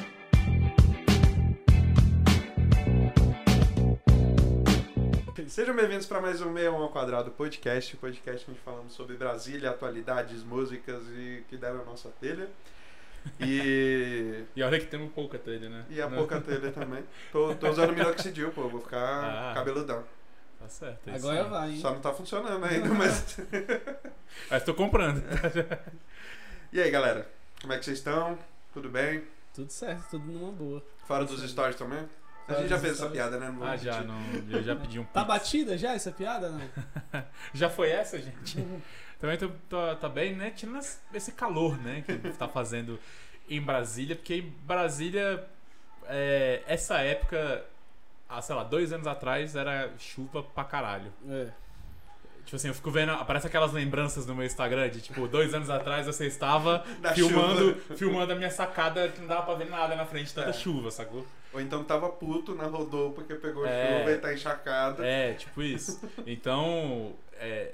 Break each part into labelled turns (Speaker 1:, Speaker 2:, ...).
Speaker 1: Sejam bem-vindos para mais um 61 ao Quadrado Podcast, podcast onde falamos sobre Brasília, atualidades, músicas e o que deram a nossa telha. E,
Speaker 2: E olha que temos pouca telha, né?
Speaker 1: e a
Speaker 2: Não.
Speaker 1: pouca telha também. Tô, tô usando minoxidil, pô, vou ficar
Speaker 2: Ah.
Speaker 1: cabeludão.
Speaker 2: Tá certo. é isso
Speaker 3: Agora
Speaker 2: aí.
Speaker 3: vai, hein?
Speaker 1: Só não tá funcionando ainda, mas.
Speaker 2: Mas Ah, tô comprando.
Speaker 1: E aí, galera? Como é que vocês estão? Tudo bem?
Speaker 3: Tudo certo, tudo numa boa.
Speaker 1: Fora dos stories também? A
Speaker 3: Fora
Speaker 1: gente já
Speaker 3: dos
Speaker 1: fez essa
Speaker 3: stories.
Speaker 1: piada, né? Não vou
Speaker 2: Ah, já,
Speaker 1: repetir.
Speaker 2: não. Eu já pedi um
Speaker 3: Tá
Speaker 2: pix.
Speaker 3: batida já essa piada, não?
Speaker 2: Já foi essa, gente? Também tô, tô- tá bem, né? Tirando as- esse calor, né? Que tá fazendo em Brasília. Porque em Brasília, é, essa época, há, sei lá, dois anos atrás, era chuva pra caralho.
Speaker 3: É.
Speaker 2: Tipo assim, eu fico vendo, aparece aquelas lembranças no meu Instagram de tipo, dois anos atrás você estava
Speaker 1: Da
Speaker 2: filmando,
Speaker 1: chuva.
Speaker 2: filmando a minha sacada que não dava pra ver nada na frente, tanta
Speaker 1: É.
Speaker 2: chuva, sacou?
Speaker 1: Ou então tava puto na rodopa que pegou
Speaker 2: É.
Speaker 1: chuva e tá encharcado.
Speaker 2: É, tipo isso. Então, é,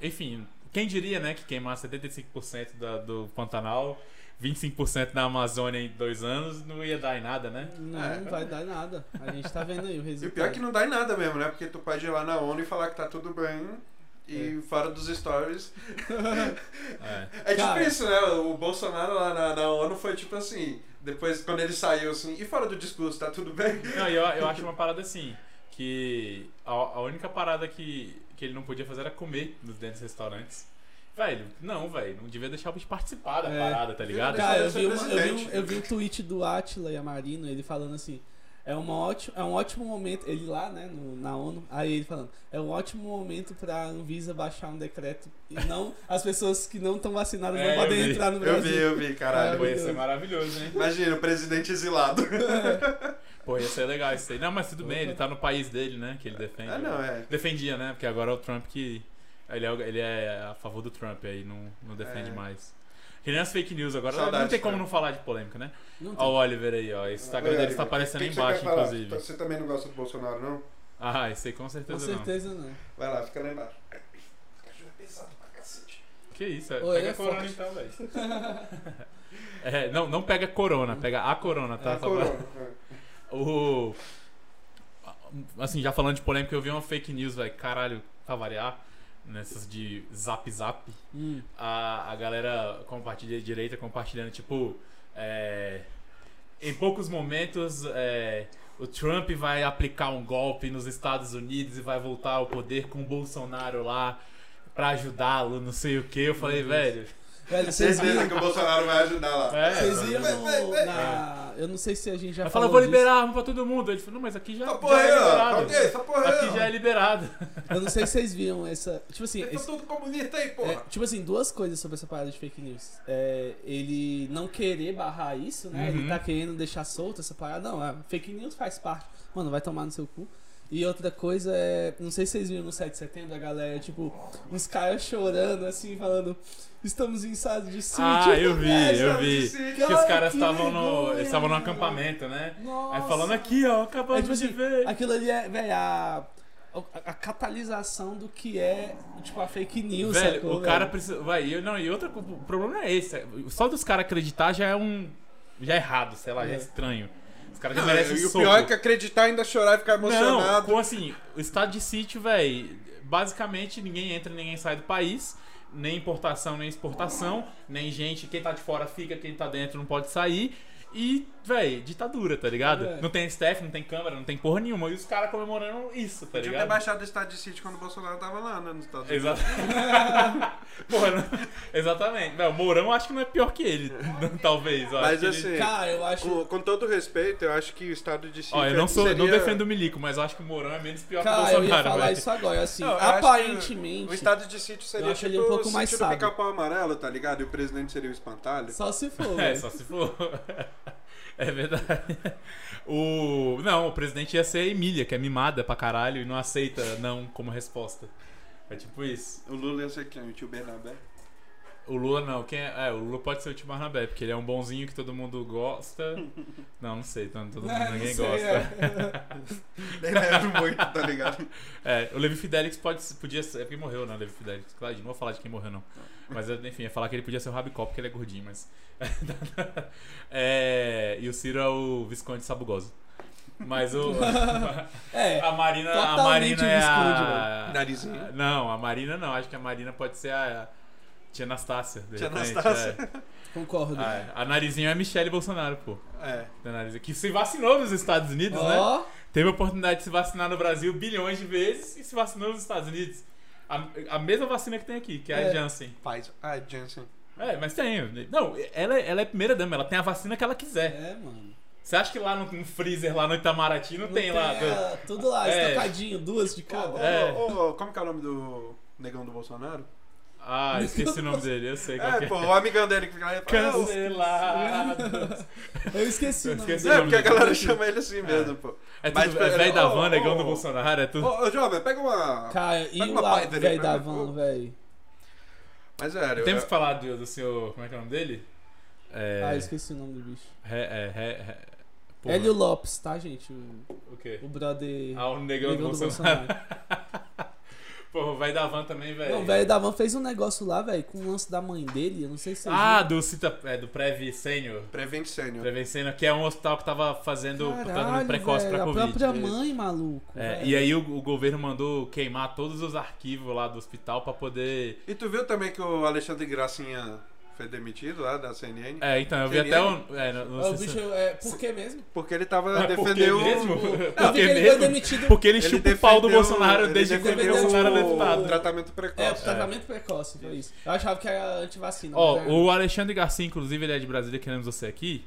Speaker 2: enfim, quem diria, né, que queimar 75% da- do Pantanal, 25% da Amazônia em dois anos não ia dar em nada, né?
Speaker 3: Não,
Speaker 1: É.
Speaker 3: não vai dar nada. A gente tá vendo aí o
Speaker 1: E o
Speaker 3: resultado.
Speaker 1: pior é que não dá em nada mesmo, né? Porque tu pode ir lá na ONU e falar que tá tudo bem. E fora dos stories.
Speaker 2: É.
Speaker 1: É
Speaker 3: Cara.
Speaker 1: tipo isso, né? O Bolsonaro lá na, na ONU foi tipo assim. Depois, quando ele saiu assim, e fora do discurso, tá tudo bem?
Speaker 2: Não, e eu, eu acho uma parada assim, que a, a única parada que, que ele não podia fazer era comer nos dentro dos restaurantes. Velho, não, velho, não devia deixar o bicho participar da
Speaker 3: É.
Speaker 2: parada, tá ligado?
Speaker 3: Cara, eu
Speaker 1: Esse
Speaker 3: vi, uma- eu, vi um,
Speaker 1: presidente. né?
Speaker 3: eu vi um tweet do Atila e Amarino, ele falando assim. É, uma ótimo, é um ótimo momento, ele lá, né, no- na ONU, aí ele falando, é um ótimo momento pra Anvisa baixar um decreto e não, as pessoas que não estão vacinadas
Speaker 2: É, eu
Speaker 3: não podem
Speaker 2: vi.
Speaker 3: entrar no
Speaker 1: Eu
Speaker 3: Brasil.
Speaker 1: vi, eu vi, caralho.
Speaker 2: Pô, ia ser maravilhoso, hein?
Speaker 1: Imagina, o presidente exilado.
Speaker 2: Pô, ia ser legal isso aí. Não, mas tudo bem,
Speaker 3: Opa.
Speaker 2: ele tá no país dele, né? Que ele defende.
Speaker 1: Ah, não, é.
Speaker 2: Defendia, né? Porque agora é o Trump que. Ele é, ele é a favor do Trump aí, não, não defende
Speaker 1: É.
Speaker 2: mais. Que nem as fake news agora.
Speaker 1: Saudades,
Speaker 2: não tem como
Speaker 1: Trump.
Speaker 2: não falar de polêmica, né?
Speaker 3: Não tem.
Speaker 2: Ó, o Oliver aí, ó. Esse Instagram dele está aparecendo
Speaker 1: Que que você
Speaker 2: embaixo,
Speaker 1: quer falar?
Speaker 2: inclusive.
Speaker 1: Você também não gosta do Bolsonaro, não?
Speaker 2: Ah, esse aí com
Speaker 3: com
Speaker 2: certeza,
Speaker 3: certeza não.
Speaker 1: Não. Vai lá, fica lá embaixo. Caju é pesado pra cacete.
Speaker 2: não. Que isso?
Speaker 3: Ô, ele
Speaker 2: pega
Speaker 3: é
Speaker 2: a corona
Speaker 3: forte.
Speaker 2: então, velho. É, não, não pega corona, pega a corona, tá?
Speaker 1: Tá,
Speaker 2: Só pra-
Speaker 1: corona.
Speaker 2: O. Assim, já falando de polêmica, eu vi uma fake news, velho. Caralho, pra variar. Nessas de zap zap.
Speaker 3: Hum.
Speaker 2: a, a galera compartilha direita compartilhando tipo é, em poucos momentos é, o Trump vai aplicar um golpe nos Estados Unidos e vai voltar ao poder com o Bolsonaro lá pra ajudá-lo, não sei o que. Eu falei, velho,
Speaker 3: Velho, vocês viram
Speaker 1: Certeza que o Bolsonaro vai ajudar lá.
Speaker 2: É.
Speaker 3: Vocês viram
Speaker 1: Vai, vai, vai.
Speaker 3: na. Eu não sei se a gente já
Speaker 2: eu falo,
Speaker 3: falou.
Speaker 2: vou
Speaker 3: disso.
Speaker 2: liberar arma pra todo mundo. Ele falou, não, mas aqui já,
Speaker 1: Essa
Speaker 2: já
Speaker 1: porra
Speaker 2: é
Speaker 1: Tá aí, ó.
Speaker 2: liberado.
Speaker 1: Tá ok, essa porra aí,
Speaker 2: Aqui já é liberado.
Speaker 3: Eu não sei se vocês viram essa. Tipo assim,
Speaker 1: Eles
Speaker 3: esse-
Speaker 1: estão tudo comunista aí,
Speaker 3: é,
Speaker 1: porra.
Speaker 3: tipo assim, duas coisas sobre essa parada de fake news. É, ele não querer barrar isso, né?
Speaker 2: Uhum.
Speaker 3: Ele tá querendo deixar solta essa parada. Não, a fake news faz parte. Mano, vai tomar no seu cu. E outra coisa é. Não sei se vocês viram no 7 de setembro a galera, tipo, uns caras chorando, assim, falando: Estamos em estado de Tipo, sítio.
Speaker 2: Ah, eu vi,
Speaker 1: É,
Speaker 2: eu
Speaker 1: estado
Speaker 2: vi.
Speaker 1: de sítio.
Speaker 2: Que os
Speaker 3: Cara,
Speaker 2: caras
Speaker 3: que
Speaker 2: estavam no.
Speaker 3: vergonha,
Speaker 2: Eles estavam no
Speaker 3: mano.
Speaker 2: acampamento, né?
Speaker 3: Nossa.
Speaker 2: Aí falando aqui, ó,
Speaker 3: É,
Speaker 2: acabamos
Speaker 3: tipo
Speaker 2: de
Speaker 3: assim,
Speaker 2: ver.
Speaker 3: Aquilo ali é, velho, a, a, a catalisação do que é, tipo, a fake news,
Speaker 2: Velho,
Speaker 3: sacou,
Speaker 2: o cara
Speaker 3: velho?
Speaker 2: precisa. Vai, eu, não, e outra. O problema não é esse. Só dos caras acreditar já é um. Já é errado, sei lá, já é
Speaker 3: É.
Speaker 2: estranho. Os caras já merecem um
Speaker 1: e o
Speaker 2: soco.
Speaker 1: pior é que acreditar ainda chorar e ficar
Speaker 2: Não,
Speaker 1: emocionado.
Speaker 2: como assim, o estado de sítio, velho. Basicamente, ninguém entra, ninguém sai do país. Nem importação, nem exportação. Nem gente, quem tá de fora fica, quem tá dentro não pode sair. E, véi, ditadura, tá ligado?
Speaker 3: É.
Speaker 2: Não tem staff, não tem câmera, não tem porra nenhuma. E os caras comemorando isso, tá
Speaker 1: Tinha ter
Speaker 2: ligado?
Speaker 1: baixado o estado de sítio quando o Bolsonaro tava lá, né, nos Estados Unidos.
Speaker 2: Exa- Porra, não- Exatamente. Não, o Mourão eu acho que não é pior que ele, talvez. eu acho
Speaker 1: Mas
Speaker 2: que ele-
Speaker 1: assim,
Speaker 3: Cara, eu acho.
Speaker 1: com, com todo respeito, eu acho que o estado de sítio é
Speaker 2: Ó, eu não, sou,
Speaker 1: seria...
Speaker 2: não defendo o Milico, mas eu acho que o Mourão é menos pior que o
Speaker 3: Cara, eu
Speaker 2: Bolsonaro.
Speaker 3: ia falar
Speaker 2: velho.
Speaker 3: isso agora, assim,
Speaker 1: Não, eu acho que
Speaker 3: aparentemente.
Speaker 1: O estado de sítio seria
Speaker 3: Eu acho ele
Speaker 1: tipo
Speaker 3: um pouco
Speaker 1: o
Speaker 3: mais
Speaker 1: sítio do
Speaker 3: sábio.
Speaker 1: pica-pau amarelo, tá ligado? E o presidente seria o espantalho.
Speaker 3: Só se for.
Speaker 2: É,
Speaker 3: velho.
Speaker 2: só se for. É verdade. O... Não, o presidente ia ser a Emília, que é mimada pra caralho e não aceita não como resposta. É tipo isso.
Speaker 1: O Lula ia ser quem? O tio Bernabé?
Speaker 2: O Lula não, quem é? é, o Lula pode ser o Tio Barnabé, porque ele é um bonzinho que todo mundo gosta. Não, não sei, todo, todo mundo,
Speaker 3: É, não
Speaker 2: ninguém
Speaker 3: sei,
Speaker 2: gosta.
Speaker 3: é.
Speaker 1: Ele era muito, tá ligado?
Speaker 2: É, o Levi Fidelix pode, podia ser. É porque morreu, né? O Levi Fidelix. Claro, não vou falar de quem morreu, não. Mas enfim, ia falar que ele podia ser o Rabicó, porque ele é gordinho, mas. É, e o Ciro é o Visconde Sabugoso. Mas o.
Speaker 3: É.
Speaker 2: A Marina. A
Speaker 3: Totalmente
Speaker 2: Marina é
Speaker 3: esconde,
Speaker 2: a...
Speaker 1: velho. Narizinho.
Speaker 2: Não, a Marina não. Acho que a Marina pode ser a. Tia Anastácia. de
Speaker 1: Tia
Speaker 2: repente,
Speaker 1: Anastácia.
Speaker 3: Concordo.
Speaker 2: é. Ah, A narizinho é a Michelle Bolsonaro, pô.
Speaker 1: É.
Speaker 2: Da narizinho. Que se vacinou nos Estados Unidos,
Speaker 1: Oh,
Speaker 2: né?
Speaker 3: Ó,
Speaker 2: Teve a oportunidade de se vacinar no Brasil bilhões de vezes e se vacinou nos Estados Unidos. A, a mesma vacina que tem aqui, que é a
Speaker 3: É.
Speaker 2: Janssen.
Speaker 1: Faz. Ah, Jensen.
Speaker 2: É, mas tem. Não, ela, ela é primeira dama, ela tem a vacina que ela quiser.
Speaker 3: é, mano.
Speaker 2: Você acha que lá no, no freezer, lá no Itamaraty, não,
Speaker 3: Não
Speaker 2: tem, lá?
Speaker 3: ah, Tudo lá,
Speaker 2: É.
Speaker 3: estocadinho, duas de
Speaker 1: Ô,
Speaker 3: cada.
Speaker 2: É.
Speaker 1: ô, ô, como que é o nome do negão do Bolsonaro?
Speaker 2: Ah, esqueci o nome dele, eu sei qual que
Speaker 1: É,
Speaker 2: é.
Speaker 1: pô, o amigão dele que fica lá. ele fala, "Ah, o-
Speaker 2: Cancelado.
Speaker 3: Eu esqueci
Speaker 2: Eu
Speaker 3: o nome
Speaker 2: esqueci.
Speaker 3: dele.
Speaker 1: É, porque a galera chama ele assim mesmo, pô.
Speaker 2: É
Speaker 1: Mas,
Speaker 2: tudo, é
Speaker 1: pera,
Speaker 2: velho da
Speaker 1: ô,
Speaker 2: van, negão
Speaker 1: ô,
Speaker 2: do Bolsonaro, é tudo.
Speaker 1: Ô, ô, jovem, pega uma.
Speaker 3: Cara, e
Speaker 1: Pega
Speaker 3: o
Speaker 1: uma
Speaker 3: lá,
Speaker 1: Pfizer aí
Speaker 3: velho
Speaker 1: pra
Speaker 3: da
Speaker 1: mim,
Speaker 3: van,
Speaker 1: pô.
Speaker 3: velho.
Speaker 1: Mas sério.
Speaker 2: Temos
Speaker 1: é-
Speaker 2: que falar do, do senhor, como é que é o nome dele? É...
Speaker 3: Ah, eu esqueci o nome do bicho.
Speaker 2: Ré, é, ré, ré- porra,
Speaker 3: Hélio Lopes, tá, gente? O,
Speaker 2: O quê?
Speaker 3: o brother
Speaker 2: Ah, o negão,
Speaker 3: negão
Speaker 2: do Bolsonaro. Porra, o velho da van também, velho.
Speaker 3: Não, o velho da van fez um negócio lá, velho, com o lance da mãe dele, eu não sei se vocês
Speaker 2: Ah, do, Cita, é, do Previ Sênior.
Speaker 1: Prevent Sênior.
Speaker 2: Prevencendo, que é um hospital que tava fazendo
Speaker 3: viram.
Speaker 2: tratamento precoce
Speaker 3: velho,
Speaker 2: pra
Speaker 3: a
Speaker 2: Covid.
Speaker 3: própria
Speaker 1: isso.
Speaker 3: mãe, maluco.
Speaker 2: É,
Speaker 3: velho.
Speaker 2: e aí o, o governo mandou queimar todos os arquivos lá do hospital pra poder.
Speaker 1: E tu viu também que o Alexandre Gracinha foi demitido lá da CNN?
Speaker 2: É, então, eu vi
Speaker 1: Seria?
Speaker 2: até um. É, não, não
Speaker 3: Ó, o
Speaker 2: sei
Speaker 3: bicho,
Speaker 2: se...
Speaker 3: é, por que mesmo?
Speaker 1: Porque ele tava
Speaker 2: Ah, por que
Speaker 1: defendendo.
Speaker 2: mesmo?
Speaker 3: Eu
Speaker 2: Por
Speaker 3: vi
Speaker 2: que
Speaker 3: que Ah, ele foi
Speaker 2: é mesmo?
Speaker 3: demitido.
Speaker 2: Porque ele, chupa o pau do
Speaker 1: defendeu-
Speaker 2: Bolsonaro
Speaker 1: ele
Speaker 2: desde que o
Speaker 1: defendeu tipo,
Speaker 2: Bolsonaro é
Speaker 1: o
Speaker 2: deputado.
Speaker 1: Tratamento precoce.
Speaker 3: É, o tratamento precoce, foi isso. Eu achava que era antivacina.
Speaker 2: Ó,
Speaker 3: mas é.
Speaker 2: o Alexandre Garcia, inclusive, ele é de Brasília, queremos você aqui.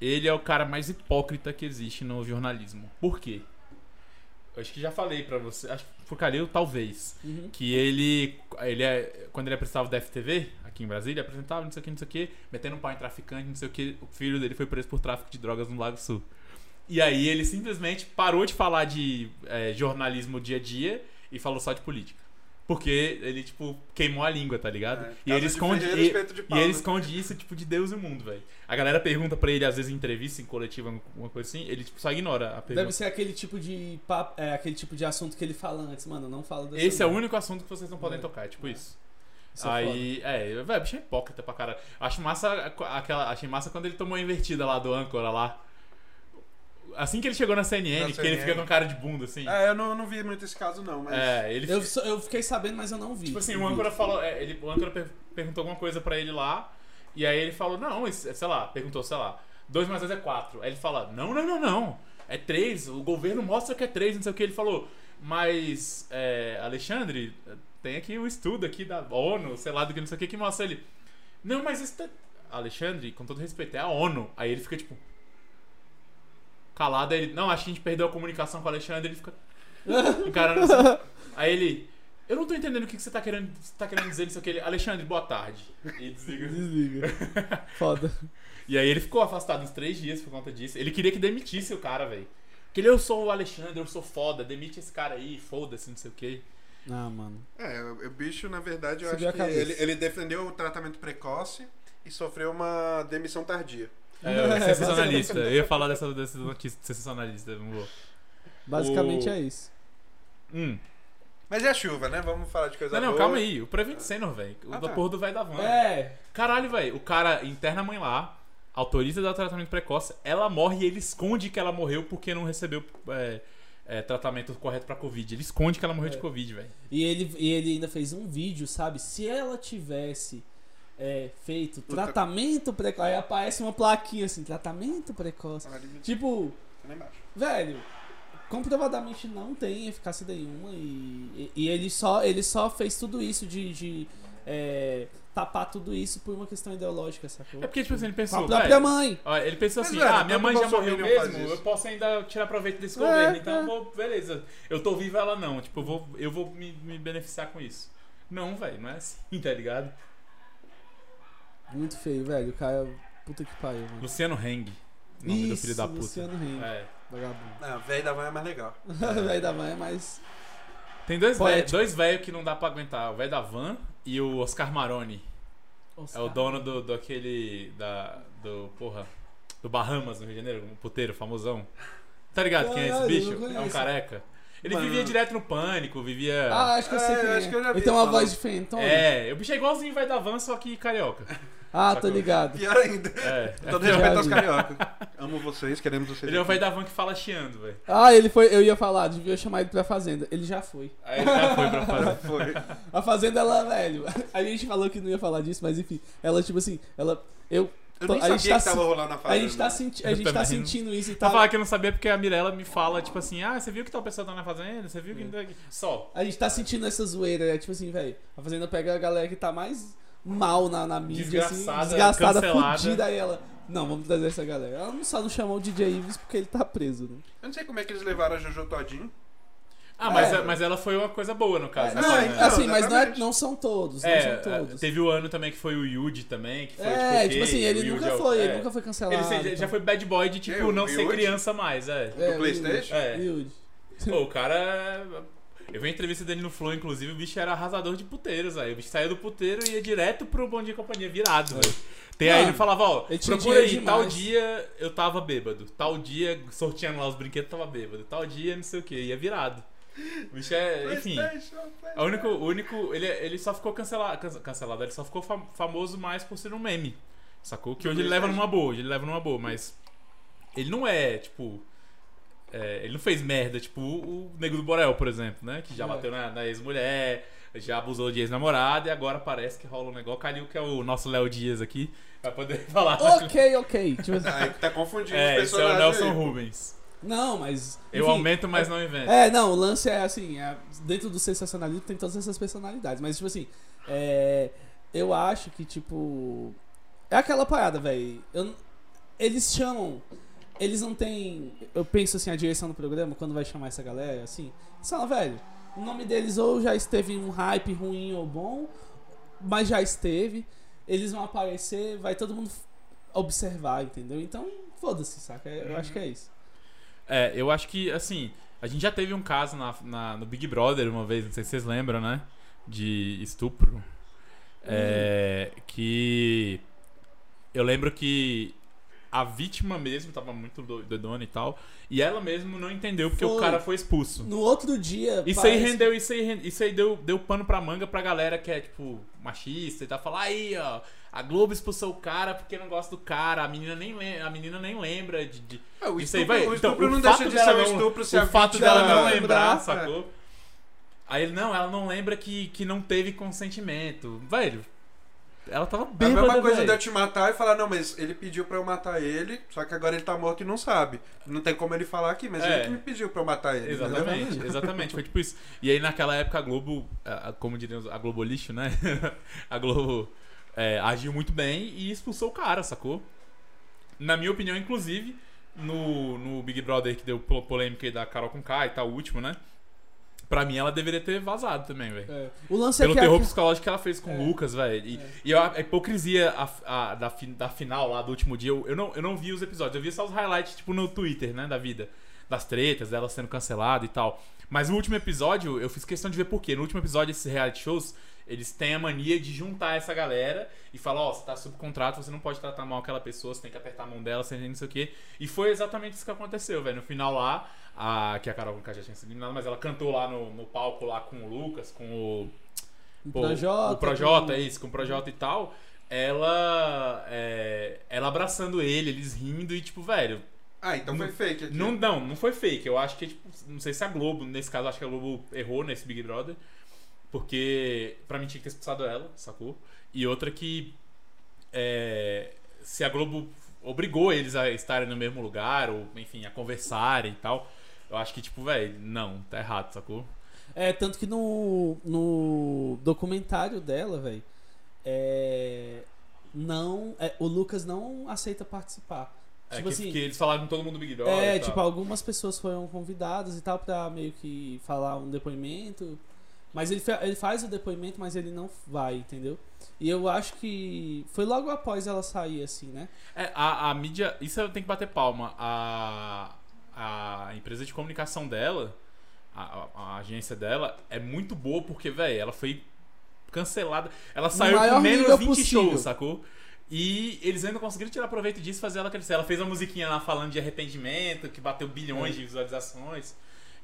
Speaker 2: Ele é o cara mais hipócrita que existe no jornalismo. Por quê? Eu acho que já falei pra você, acho que pro Calil, talvez.
Speaker 3: Uhum.
Speaker 2: Que ele, ele é, quando ele apresentava o DFTV, aqui em Brasília, apresentava não sei o que, não sei o que, metendo um pau em traficante, não sei o que. O filho dele foi preso por tráfico de drogas no Lago Sul. E aí ele simplesmente parou de falar de eh, jornalismo dia a dia e falou só de política. Porque ele, tipo, queimou a língua, tá ligado?
Speaker 1: É,
Speaker 2: e
Speaker 1: casa
Speaker 2: ele
Speaker 1: de
Speaker 2: esconde.
Speaker 1: ferreiro,
Speaker 2: e-
Speaker 1: espeto de
Speaker 2: e
Speaker 1: pau,
Speaker 2: ele
Speaker 1: né?
Speaker 2: esconde isso, tipo, de Deus e o mundo, velho. A galera pergunta pra ele, às vezes, em entrevista, em coletiva, alguma coisa assim, ele, tipo, só ignora a pergunta.
Speaker 3: Deve ser aquele tipo de papo, é, aquele tipo de assunto que ele fala antes, mano. Não fala desse.
Speaker 2: Esse é o único assunto que vocês não podem
Speaker 3: É.
Speaker 2: tocar, é tipo
Speaker 3: É.
Speaker 2: isso. Aí, é, velho, bicho é hipócrita pra caralho. Acho massa a- aquela, achei massa quando ele tomou a invertida lá do âncora lá. Assim que ele chegou na CNN,
Speaker 1: Na
Speaker 2: que ele
Speaker 1: CNN.
Speaker 2: fica com cara de bunda assim. É,
Speaker 1: É, eu não, não vi muito esse caso, não, mas.
Speaker 2: ele
Speaker 3: Eu,
Speaker 2: fi-
Speaker 3: só- eu fiquei sabendo, mas eu não vi.
Speaker 2: tipo assim,
Speaker 3: Não
Speaker 2: o
Speaker 3: vi.
Speaker 2: âncora falou, é, ele, o âncora per- perguntou alguma coisa pra ele lá, e aí ele falou: "Não, isso é, sei lá, perguntou, sei lá, 2 mais 2 é 4". Aí ele fala: "Não, não, não, não. É 3, o governo mostra que é 3, não sei o que ele falou. Mas é, Alexandre, tem aqui o estudo aqui da ONU, sei lá do que não sei o que que mostra ele. Não, mas isso tá... Alexandre, com todo respeito, é a ONU. Aí ele fica tipo. Calado, aí ele. Não, acho que a gente perdeu a comunicação com o Alexandre. Ele fica. Encarando assim. Aí ele. Eu não tô entendendo o que que você tá querendo, você tá querendo dizer nisso aqui. Ele, Alexandre, boa tarde. E desliga.
Speaker 3: Desliga. Foda.
Speaker 2: E aí ele ficou afastado uns três dias por conta disso. Ele queria que demitisse o cara, velho. Porque ele, eu sou o Alexandre, eu sou foda, demite esse cara aí, foda-se, não sei o quê.
Speaker 3: Ah, mano.
Speaker 1: É, o o bicho, na verdade, eu
Speaker 3: Subiu
Speaker 1: acho
Speaker 3: a
Speaker 1: que
Speaker 3: cabeça.
Speaker 1: ele, ele defendeu o tratamento precoce e sofreu uma demissão tardia.
Speaker 2: É, sensacionalista. Eu ia falar dessa, dessa notícia de sensacionalista, não vou.
Speaker 3: Basicamente
Speaker 2: O-
Speaker 3: é isso.
Speaker 2: Hum.
Speaker 1: Mas é a chuva, né? Vamos falar de coisa
Speaker 2: Não, não,
Speaker 1: boa.
Speaker 2: calma aí. O Prevent Senor, velho. O
Speaker 1: Ah,
Speaker 2: da
Speaker 1: tá.
Speaker 2: porra do velho da van.
Speaker 3: É.
Speaker 2: Caralho, velho. O cara interna a mãe lá, autoriza dar tratamento precoce, ela morre e ele esconde que ela morreu porque não recebeu é, é, tratamento correto pra Covid. Ele esconde que ela morreu de
Speaker 3: É.
Speaker 2: Covid, velho.
Speaker 3: E ele, e ele ainda fez um vídeo, sabe? Se ela tivesse é, feito
Speaker 1: Puta-
Speaker 3: tratamento precoce. Aí aparece uma plaquinha assim: tratamento precoce. Tipo,
Speaker 1: Lá embaixo.
Speaker 3: velho, comprovadamente não tem eficácia nenhuma. E, e, e ele, só, ele só fez tudo isso de. de, é, tapar tudo isso por uma questão ideológica, sacou?
Speaker 2: É porque, tipo assim, ele
Speaker 3: Com a
Speaker 2: pensou.
Speaker 3: própria
Speaker 2: velho,
Speaker 3: mãe.
Speaker 2: ó, ele pensou
Speaker 1: Mas,
Speaker 2: assim,
Speaker 1: velho,
Speaker 2: ah, minha
Speaker 1: todo
Speaker 2: mãe já
Speaker 1: bolsominion
Speaker 2: morreu
Speaker 1: faz
Speaker 2: mesmo,
Speaker 1: isso.
Speaker 2: eu posso ainda tirar proveito desse
Speaker 3: É,
Speaker 2: governo, então
Speaker 3: é.
Speaker 2: eu vou, beleza, eu tô vivo ela não, tipo, eu vou, eu vou me, me beneficiar com isso. Não, velho, não é assim, tá ligado?
Speaker 3: Muito feio, velho. O cara. Puta que pariu, mano.
Speaker 2: Luciano Heng, nome do
Speaker 3: Isso,
Speaker 2: filho da puta.
Speaker 3: Luciano Heng,
Speaker 2: É.
Speaker 3: vagabundo.
Speaker 1: Ah, velho da van é mais legal.
Speaker 3: Velho da mãe, é mas.
Speaker 2: Tem dois velhos
Speaker 3: Poético.
Speaker 2: dois véio que não dá pra aguentar. O velho da Van e o Oscar Maroni. É o dono do, do aquele... Da, do... Porra. Do Bahamas, no Rio de Janeiro. Um puteiro famosão. Tá ligado quem é esse
Speaker 3: Caralho,
Speaker 2: bicho?
Speaker 3: eu não
Speaker 2: É um
Speaker 3: conheço.
Speaker 2: careca. Ele
Speaker 1: Mano.
Speaker 2: vivia direto no pânico, vivia...
Speaker 3: Ah, acho que eu sei
Speaker 1: É,
Speaker 3: quem é.
Speaker 1: acho que eu já vi
Speaker 3: Ele tem uma então
Speaker 1: falar.
Speaker 3: voz de Fenton.
Speaker 2: é, o bicho é igualzinho o velho da Van, só que carioca.
Speaker 3: Ah,
Speaker 2: Só
Speaker 3: tô
Speaker 2: que eu-
Speaker 3: ligado.
Speaker 1: Pior ainda.
Speaker 2: É.
Speaker 1: Todo respeito aos
Speaker 3: vi.
Speaker 1: carioca. Amo vocês, queremos vocês.
Speaker 2: Ele é o
Speaker 1: aqui.
Speaker 2: velho da van que fala chiando, velho.
Speaker 3: Ah, ele foi. Eu ia falar, devia chamar ele pra Fazenda. Ele já foi.
Speaker 2: Aí ele já foi pra
Speaker 1: Já
Speaker 2: fazer.
Speaker 1: foi.
Speaker 3: A Fazenda, ela, velho. A gente falou que não ia falar disso, mas enfim. Ela, tipo assim, ela. Eu.
Speaker 1: Eu
Speaker 3: Tô-
Speaker 1: nem
Speaker 3: a
Speaker 1: sabia
Speaker 3: gente tá
Speaker 1: que tava
Speaker 3: se-
Speaker 1: rolando a fase.
Speaker 3: A gente tá, senti a
Speaker 2: Eu
Speaker 3: gente tá
Speaker 2: também não-
Speaker 3: sentindo isso e
Speaker 2: Tá falando
Speaker 3: tal.
Speaker 2: que eu não sabia porque a Mirella me fala, tipo assim, ah, você viu que tal pessoa tá na fazenda? Você viu que. Só.
Speaker 3: A gente tá sentindo essa zoeira, é tipo assim, velho. A Fazenda pega a galera que tá mais mal na, na mídia,
Speaker 2: Desgraçada,
Speaker 3: assim, desgastada,
Speaker 2: cancelada.
Speaker 3: fudida, aí ela. Não, vamos trazer essa galera. Ela não só não chamou o DJ Ives porque ele tá preso, né?
Speaker 1: Eu não sei como é que eles levaram a Jojo Todinho.
Speaker 2: Ah, mas,
Speaker 3: É.
Speaker 2: mas ela foi uma coisa boa, no caso.
Speaker 3: É,
Speaker 2: né?
Speaker 1: não,
Speaker 2: Foi,
Speaker 1: então-
Speaker 2: né?
Speaker 3: assim, mas não, é-
Speaker 1: exatamente.
Speaker 3: não são todos, não
Speaker 2: É,
Speaker 3: são todos.
Speaker 2: teve o ano também que foi o Yuji também, que foi
Speaker 3: é,
Speaker 2: tipo,
Speaker 3: tipo assim,
Speaker 2: ok, o
Speaker 3: ele
Speaker 2: Yuji é
Speaker 3: nunca
Speaker 2: o-
Speaker 3: foi, ele
Speaker 2: é.
Speaker 3: nunca foi cancelado. então.
Speaker 2: Ele se- já- já foi bad boy de,
Speaker 1: É,
Speaker 2: tipo,
Speaker 1: o
Speaker 2: não ser
Speaker 1: Yuji.
Speaker 2: criança mais, é.
Speaker 1: Do PlayStation?
Speaker 2: É.
Speaker 3: Humilde.
Speaker 2: Pô, o cara. Eu vi a entrevista dele no Flow, inclusive, o bicho era arrasador de puteiros, aí. O bicho saía do puteiro e ia direto pro Bom Dia e Companhia, virado, velho. Tem aí,
Speaker 3: É. Mano,
Speaker 2: ele falava, ó,
Speaker 3: ele tinha
Speaker 2: procura aí,
Speaker 3: dinheiro
Speaker 2: tal
Speaker 3: demais.
Speaker 2: dia eu tava bêbado, tal dia, sorteando lá os brinquedos, tava bêbado, tal dia, não sei o que, ia virado. O bicho é, enfim...
Speaker 1: PlayStation,
Speaker 2: O único, o único ele, ele só ficou cancelado, cancelado, ele só ficou fam- famoso mais por ser um meme, sacou? Que hoje ele leva numa boa, hoje ele leva numa boa, mas ele não é, tipo, é, ele não fez merda, tipo o Nego do Borel, por exemplo, né? Que já
Speaker 3: É.
Speaker 2: bateu na, na ex-mulher, já abusou de ex-namorada e agora parece que rola um negócio. Calil, que é o nosso Léo Dias aqui, vai poder falar.
Speaker 3: ok, ok. Tipo assim,
Speaker 1: Aí tá confundindo os
Speaker 2: É, esse é o
Speaker 1: personagens.
Speaker 2: Nelson
Speaker 1: aí.
Speaker 2: Rubens.
Speaker 3: não, mas.
Speaker 2: Eu
Speaker 3: enfim,
Speaker 2: aumento, mas não invento.
Speaker 3: É, não, o lance é assim, é, dentro do sensacionalismo tem todas essas personalidades, mas tipo assim, é, eu acho que tipo é aquela parada, velho. Eles chamam, eles não têm, eu penso assim, a direção do programa quando vai chamar essa galera, assim, eles falam, velho, o nome deles ou já esteve em um hype ruim ou bom, mas já esteve, eles vão aparecer, vai todo mundo f- observar, entendeu? Então, foda-se, saca? Eu acho que é isso.
Speaker 2: É, eu acho que, assim, a gente já teve um caso na, na- no Big Brother uma vez, não sei se vocês lembram, né? De estupro. É, que. Eu lembro que a vítima mesmo tava muito do- doidona e tal. E ela mesmo não entendeu porque o
Speaker 3: Foi.
Speaker 2: cara foi expulso.
Speaker 3: No outro dia,
Speaker 2: Isso aí
Speaker 3: parece-
Speaker 2: rendeu, isso aí, ren- isso aí deu, deu pano pra manga pra galera que é, tipo, machista e tá falando, aí, ó, a Globo expulsou o cara porque não gosta do cara, a menina nem, lem- a menina nem lembra de- de,
Speaker 1: É, o
Speaker 2: isso aí
Speaker 1: estupro,
Speaker 2: vai.
Speaker 1: o
Speaker 2: Então,
Speaker 1: estupro
Speaker 2: o
Speaker 1: não
Speaker 2: fato
Speaker 1: deixa de
Speaker 2: dela
Speaker 1: ser um
Speaker 2: não-
Speaker 1: estupro se a
Speaker 2: o fato
Speaker 1: vítima
Speaker 2: dela não
Speaker 1: lembrar,
Speaker 2: lembrar,
Speaker 1: é.
Speaker 2: sacou? Aí ele, não, ela não lembra que, que não teve consentimento. Velho, ela tava
Speaker 1: É a
Speaker 2: bêbada,
Speaker 1: mesma coisa
Speaker 2: velho.
Speaker 1: de eu te matar e falar, não, mas ele pediu pra eu matar ele, só que agora ele tá morto e não sabe. Não tem como ele falar aqui, mas
Speaker 2: É.
Speaker 1: ele que me pediu pra eu matar ele. entendeu?
Speaker 2: Exatamente, exatamente. Foi tipo isso. E aí naquela época a Globo, a- a- como diriam, os- a Globo lixo, né? A Globo é, agiu muito bem e expulsou o cara, sacou? Na minha opinião, inclusive, no, no Big Brother que deu po- polêmica aí da Carol com K e tal, o último, né? Pra mim ela deveria ter vazado também, velho.
Speaker 3: É. O lance
Speaker 2: Pelo
Speaker 3: é que
Speaker 2: terror
Speaker 3: a...
Speaker 2: psicológico que ela fez com
Speaker 3: É.
Speaker 2: o Lucas, velho. E,
Speaker 3: É.
Speaker 2: e a, a hipocrisia a- a- da, fi- da final lá do último dia, eu, eu não, eu não vi os episódios, eu vi só os highlights, tipo, no Twitter, né, da vida. Das tretas, dela sendo cancelada e tal. Mas no último episódio, eu fiz questão de ver por quê. No último episódio, esses reality shows, eles têm a mania de juntar essa galera e falar, ó, você tá sob contrato, você não pode tratar mal aquela pessoa, você tem que apertar a mão dela, você não sei o quê. E foi exatamente isso que aconteceu, velho. No final lá, a, que a Carol Conká já tinha sido eliminada, mas ela cantou lá no, no palco lá com o Lucas, com o
Speaker 3: O
Speaker 2: Pô,
Speaker 3: Projota.
Speaker 2: o Projota,
Speaker 3: com-
Speaker 2: é isso, com o Projota e tal, ela é, ela abraçando ele, eles rindo e tipo, velho,
Speaker 1: Ah, então foi fake. aqui.
Speaker 2: não, não, não foi fake. Eu acho que, tipo, não sei se a Globo, nesse caso, acho que a Globo errou nesse Big Brother, porque pra mim tinha que ter expulsado ela, sacou? E outra que é, se a Globo obrigou eles a estarem no mesmo lugar, ou enfim, a conversarem e tal, eu acho que, tipo, velho, não, tá errado, sacou?
Speaker 3: É, tanto que no, no documentário dela, velho, é, não, é, o Lucas não aceita participar.
Speaker 2: É
Speaker 3: tipo
Speaker 2: que,
Speaker 3: assim,
Speaker 2: que eles falaram com todo mundo do Big Brother.
Speaker 3: é,
Speaker 2: e tal.
Speaker 3: tipo, algumas pessoas foram convidadas e tal pra meio que falar um depoimento. Mas ele, fa- ele faz o depoimento, mas ele não vai, entendeu? E eu acho que foi logo após ela sair, assim, né?
Speaker 2: É, a, a mídia. Isso eu tenho que bater palma. A, a empresa de comunicação dela, a, a- a agência dela, é muito boa porque, velho, ela foi cancelada. Ela saiu
Speaker 3: maior
Speaker 2: com menos
Speaker 3: nível
Speaker 2: 20
Speaker 3: possível.
Speaker 2: shows, sacou? E eles ainda conseguiram tirar proveito disso e fazer ela crescer. Ela
Speaker 3: É.
Speaker 2: fez uma musiquinha lá falando de arrependimento, que bateu bilhões de visualizações.